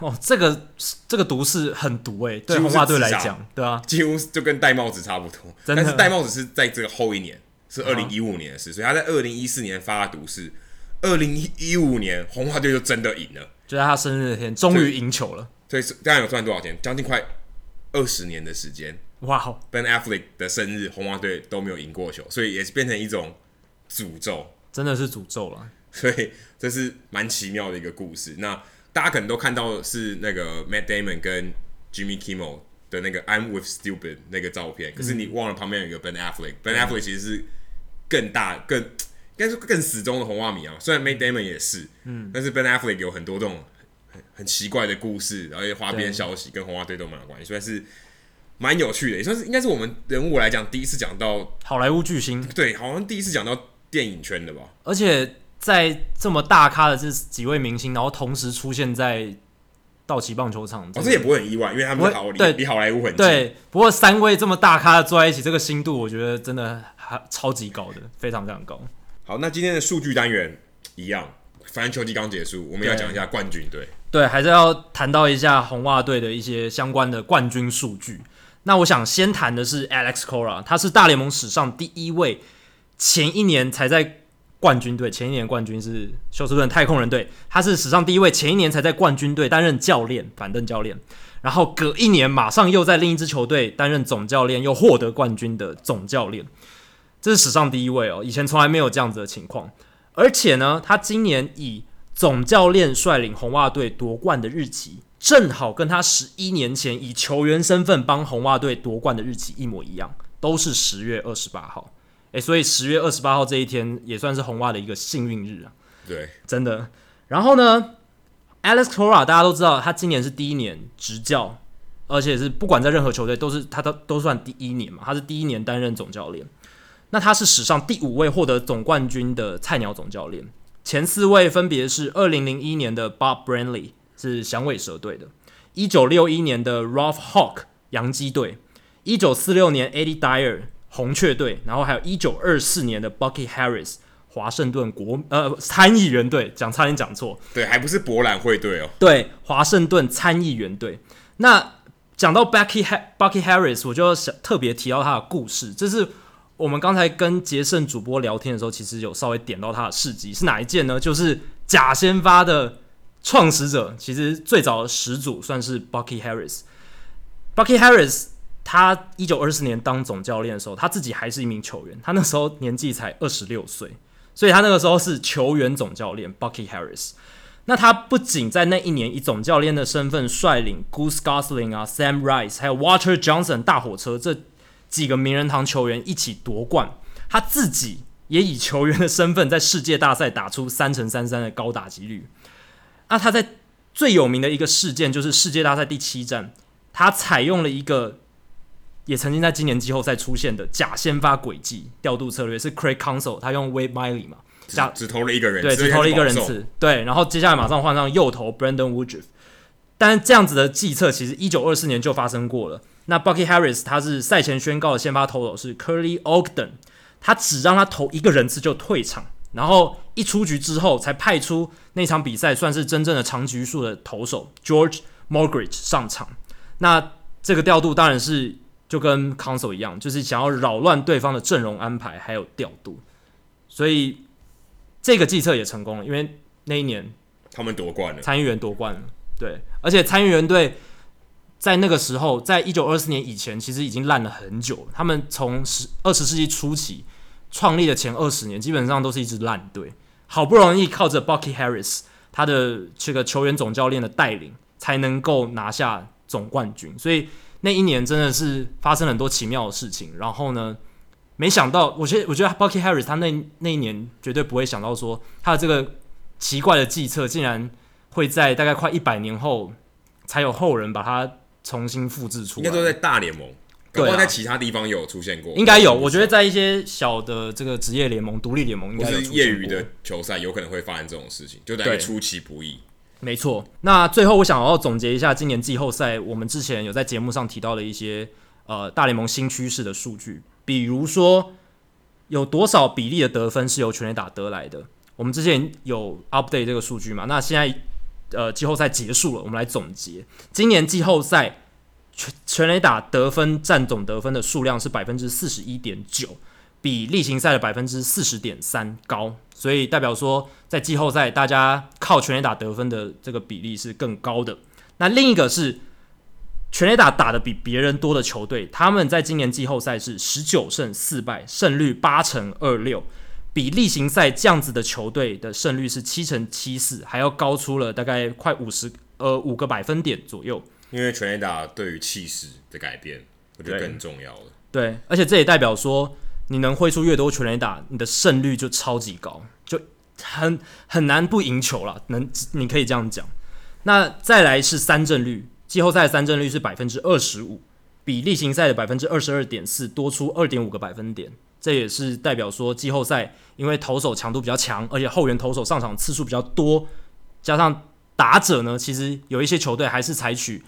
哦，这个这个毒是很毒诶、对
几乎
红
是
袜队来
自杀
讲，对啊，
几乎就跟戴帽子差不多。
真的啊
但是戴帽子是在这个后一年，是二零一五年的事，所以他在二零一四年发了毒誓，二零一五年红袜队就真的赢了。
就在他生日那天，终于赢球了，
所以是这样有赚多少钱？将近快二十年的时间
哇哦，
，Ben Affleck 的生日，红袜队都没有赢过球，所以也是变成一种诅咒。
真的是诅咒了。
所以这是蛮奇妙的一个故事。那大家可能都看到的是那个 Matt Damon 跟 Jimmy Kimmel 的那个 I'm with Stupid 那个照片，可是你忘了旁边有一个 Ben Affleck。Ben Affleck 其实是更大、更应该说更死忠的红袜迷啊。虽然 Matt Damon 也是，嗯，但是 Ben Affleck 有很多这种很很奇怪的故事，然后一些花边消息跟红袜队都蛮有关系，所以是蛮有趣的，也算是应该是我们人物来讲第一次讲到，
好莱坞巨星，
对，好像第一次讲到电影圈的吧。
而且在这么大咖的这几位明星，然后同时出现在道奇棒球场，
哦，这也不会很意外，因为他们
不会
好离
对
离好莱坞很近。
对。不过三位这么大咖的坐在一起，这个心度我觉得真的还超级高的，非常非常高。
好，那今天的数据单元一样，反正球季刚结束，我们要讲一下冠军队。
对，还是要谈到一下红袜队的一些相关的冠军数据。那我想先谈的是 Alex Cora，他是大联盟史上第一位
前一年才在冠军队，前一年冠军是休斯顿太空人队，他是史上第一位前一年才在冠军队担任教练，板凳教练，然后隔一年马上又在另一支球队担任总教练，又获得冠军的总教练，这是史上第一位哦，以前从来没有这样子的情况。而且呢，他今年以总教练率领红袜队夺冠的日期，正好跟他十一年前以球员身份帮红袜队夺冠的日期一模一样，都是十月二十八号。诶，所以十月二十八号这一天也算是红袜的一个幸运日啊，
对，
真的。然后呢，Alex Cora 大家都知道，他今年是第一年执教，而且是不管在任何球队都是他都都算第一年嘛，他是第一年担任总教练。那他是史上第五位获得总冠军的菜鸟总教练，前四位分别是二零零一年的 Bob Brantley 是响尾蛇队的，一九六一年的 Ralph Hawk 洋基队，一九四六年 Eddie Dyer 红雀队，然后还有一九二四年的 Bucky Harris 华盛顿国呃参议员队，讲差点讲错，
对，还不是博览会队哦，
对华盛顿参议员队。那讲到 Bucky Ha- Bucky Harris，我就要想特别提到他的故事，这是我们刚才跟杰胜主播聊天的时候，其实有稍微点到他的事迹是哪一件呢？就是假先发的创始者，其实最早的始祖算是 Bucky Harris。Bucky Harris 他一九二四年当总教练的时候，他自己还是一名球员，他那时候年纪才二十六岁，所以他那个时候是球员总教练 Bucky Harris。那他不仅在那一年以总教练的身份率领 Goose Gosling 啊、Sam Rice 还有 Water Johnson 大火车这几个名人堂球员一起夺冠，他自己也以球员的身份在世界大赛打出三乘三三的高打击率。那他在最有名的一个事件就是世界大赛第七站，他采用了一个也曾经在今年季后赛出现的假先发轨迹调度策略，是 Craig Council 他用 Wade Miley 嘛，
只
假
只投了一个人，
对，只投了一个人
次，
次，对，然后接下来马上换上右投 Brandon Woodruff。但是这样子的计策其实一九二四年就发生过了。那 Bucky Harris 他是赛前宣告的先发投手是 Curly Ogden，他只让他投一个人次就退场，然后一出局之后才派出那场比赛算是真正的长局数的投手 George Morgridge 上场。那这个调度当然是就跟 Council 一样，就是想要扰乱对方的阵容安排还有调度，所以这个计策也成功了，因为那一年
他们夺冠了，
参议员夺冠了，对，而且参议员队在那个时候，在一九二四年以前，其实已经烂了很久了。他们从十二十世纪初期创立的前二十年，基本上都是一支烂队，好不容易靠着 Bucky Harris 他的这个球员总教练的带领，才能够拿下总冠军。所以那一年真的是发生了很多奇妙的事情。然后呢，没想到，我觉得我觉得 Bucky Harris 他那那一年绝对不会想到说他的这个奇怪的计策竟然会在大概快一百年后才有后人把它重新复制出
应
来
该。都在大联盟，搞
对啊
不好在其他地方有出现过，
应该有，我觉得在一些小的这个职业联盟、独立联盟应
或
该有
是
出
业
现
余
过
的球赛有可能会发生这种事情，就等
对
于出其不意。
没错，那最后我想要总结一下今年季后赛，我们之前有在节目上提到的一些呃大联盟新趋势的数据，比如说有多少比例的得分是由全垒打得来的。我们之前有 update 这个数据嘛？那现在呃季后赛结束了，我们来总结今年季后赛全全垒打得分占总得分的数量是百分之四十一点九，比例行赛的百分之四十点三高，所以代表说在季后赛大家靠全垒打得分的这个比例是更高的。那另一个是全垒打打的比别人多的球队，他们在今年季后赛是十九胜四败，胜率八成二六，比例行赛这样子的球队的胜率是七成七四，还要高出了大概快五十呃五个百分点左右。
因为全垒打对于气势的改变，我觉得
对
更重要了。
对，而且这也代表说，你能挥出越多全垒打，你的胜率就超级高，就很很难不赢球了。能，你可以这样讲。那再来是三振率，季后赛的三振率是百分之二十五，比例行赛的百分之二十二点四多出二点五个百分点。这也是代表说，季后赛因为投手强度比较强，而且后援投手上场次数比较多，加上打者呢，其实有一些球队还是采取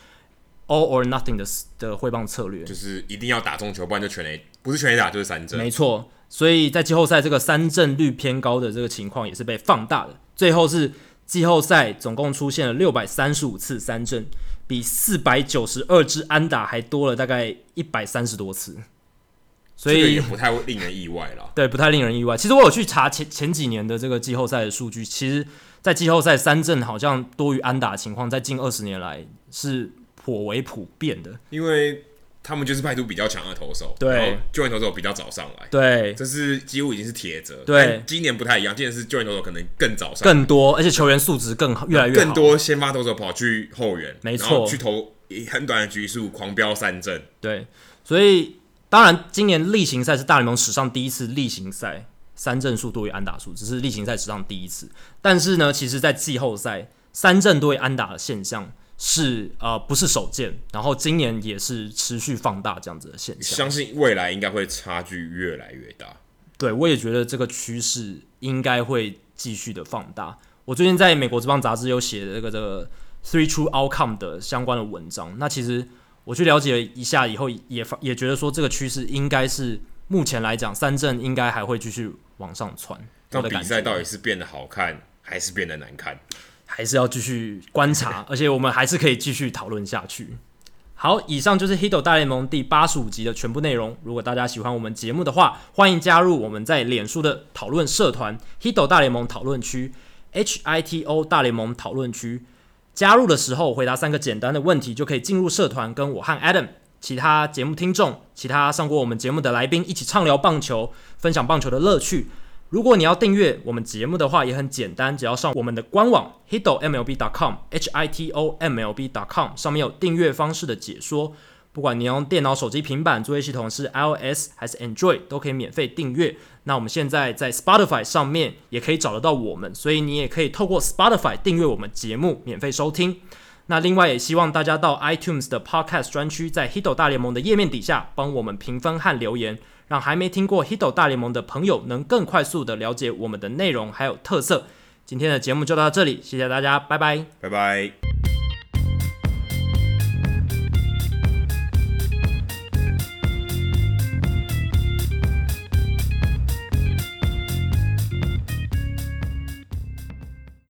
all or nothing 的的挥棒策略，
就是一定要打中球，不然就全垒，不是全垒打就是三振。
没错，所以在季后赛这个三振率偏高的这个情况也是被放大的。最后是季后赛总共出现了六百三十五次三振，比四百九十二支安打还多了大概一百三十多次。所
这个
以
也不太会令人意外啦。
对，不太令人意外。其实我有去查前前几年的这个季后赛的数据，其实，在季后赛三振好像多于安打的情况，在近二十年来是颇为普遍的。
因为他们就是派出比较强的投手，
对
然后救援投手比较早上来，
对，
这是几乎已经是铁则。
对
但今年不太一样，今年是救援投手可能更早上来，
更多，而且球员素质更好，越来越好。
更多先发投手跑去后援，
没错
然后去投很短的局数，狂飙三振。
对，所以当然，今年例行赛是大联盟史上第一次例行赛三振数多于安打数，只是例行赛史上第一次。但是呢，其实在季后赛三振多于安打的现象是呃不是首见，然后今年也是持续放大这样子的现
相
象。
信未来应该会差距越来越大。
对我也觉得这个趋势应该会继续的放大。我最近在美国这帮杂志有写这个这个 three true outcome 的相关的文章，那其实我去了解一下以后也，也发也觉得说这个趋势应该是目前来讲，三振应该还会继续往上窜。
那
我的
比
感
赛
觉
到底是变得好看还是变得难看？
还是要继续观察，而且我们还是可以继续讨论下去。好，以上就是《h i d o 大联盟》第八十五集的全部内容。如果大家喜欢我们节目的话，欢迎加入我们在脸书的讨论社团 h i d o 大联盟讨论区 （HITO 大联盟讨论区）。加入的时候回答三个简单的问题，就可以进入社团，跟我和 Adam、其他节目听众、其他上过我们节目的来宾一起畅聊棒球，分享棒球的乐趣。如果你要订阅我们节目的话，也很简单，只要上我们的官网 hitomlb.com h i t o m l b.com，上面有订阅方式的解说。不管你用电脑、手机、平板，作业系统是 iOS 还是 Android，都可以免费订阅。那我们现在在 Spotify 上面也可以找得到我们，所以你也可以透过 Spotify 订阅我们节目，免费收听。那另外也希望大家到 iTunes 的 Podcast 专区，在 Hito 大联盟的页面底下帮我们评分和留言，让还没听过 Hito 大联盟的朋友能更快速的了解我们的内容还有特色。今天的节目就到这里，谢谢大家，拜拜。
拜拜。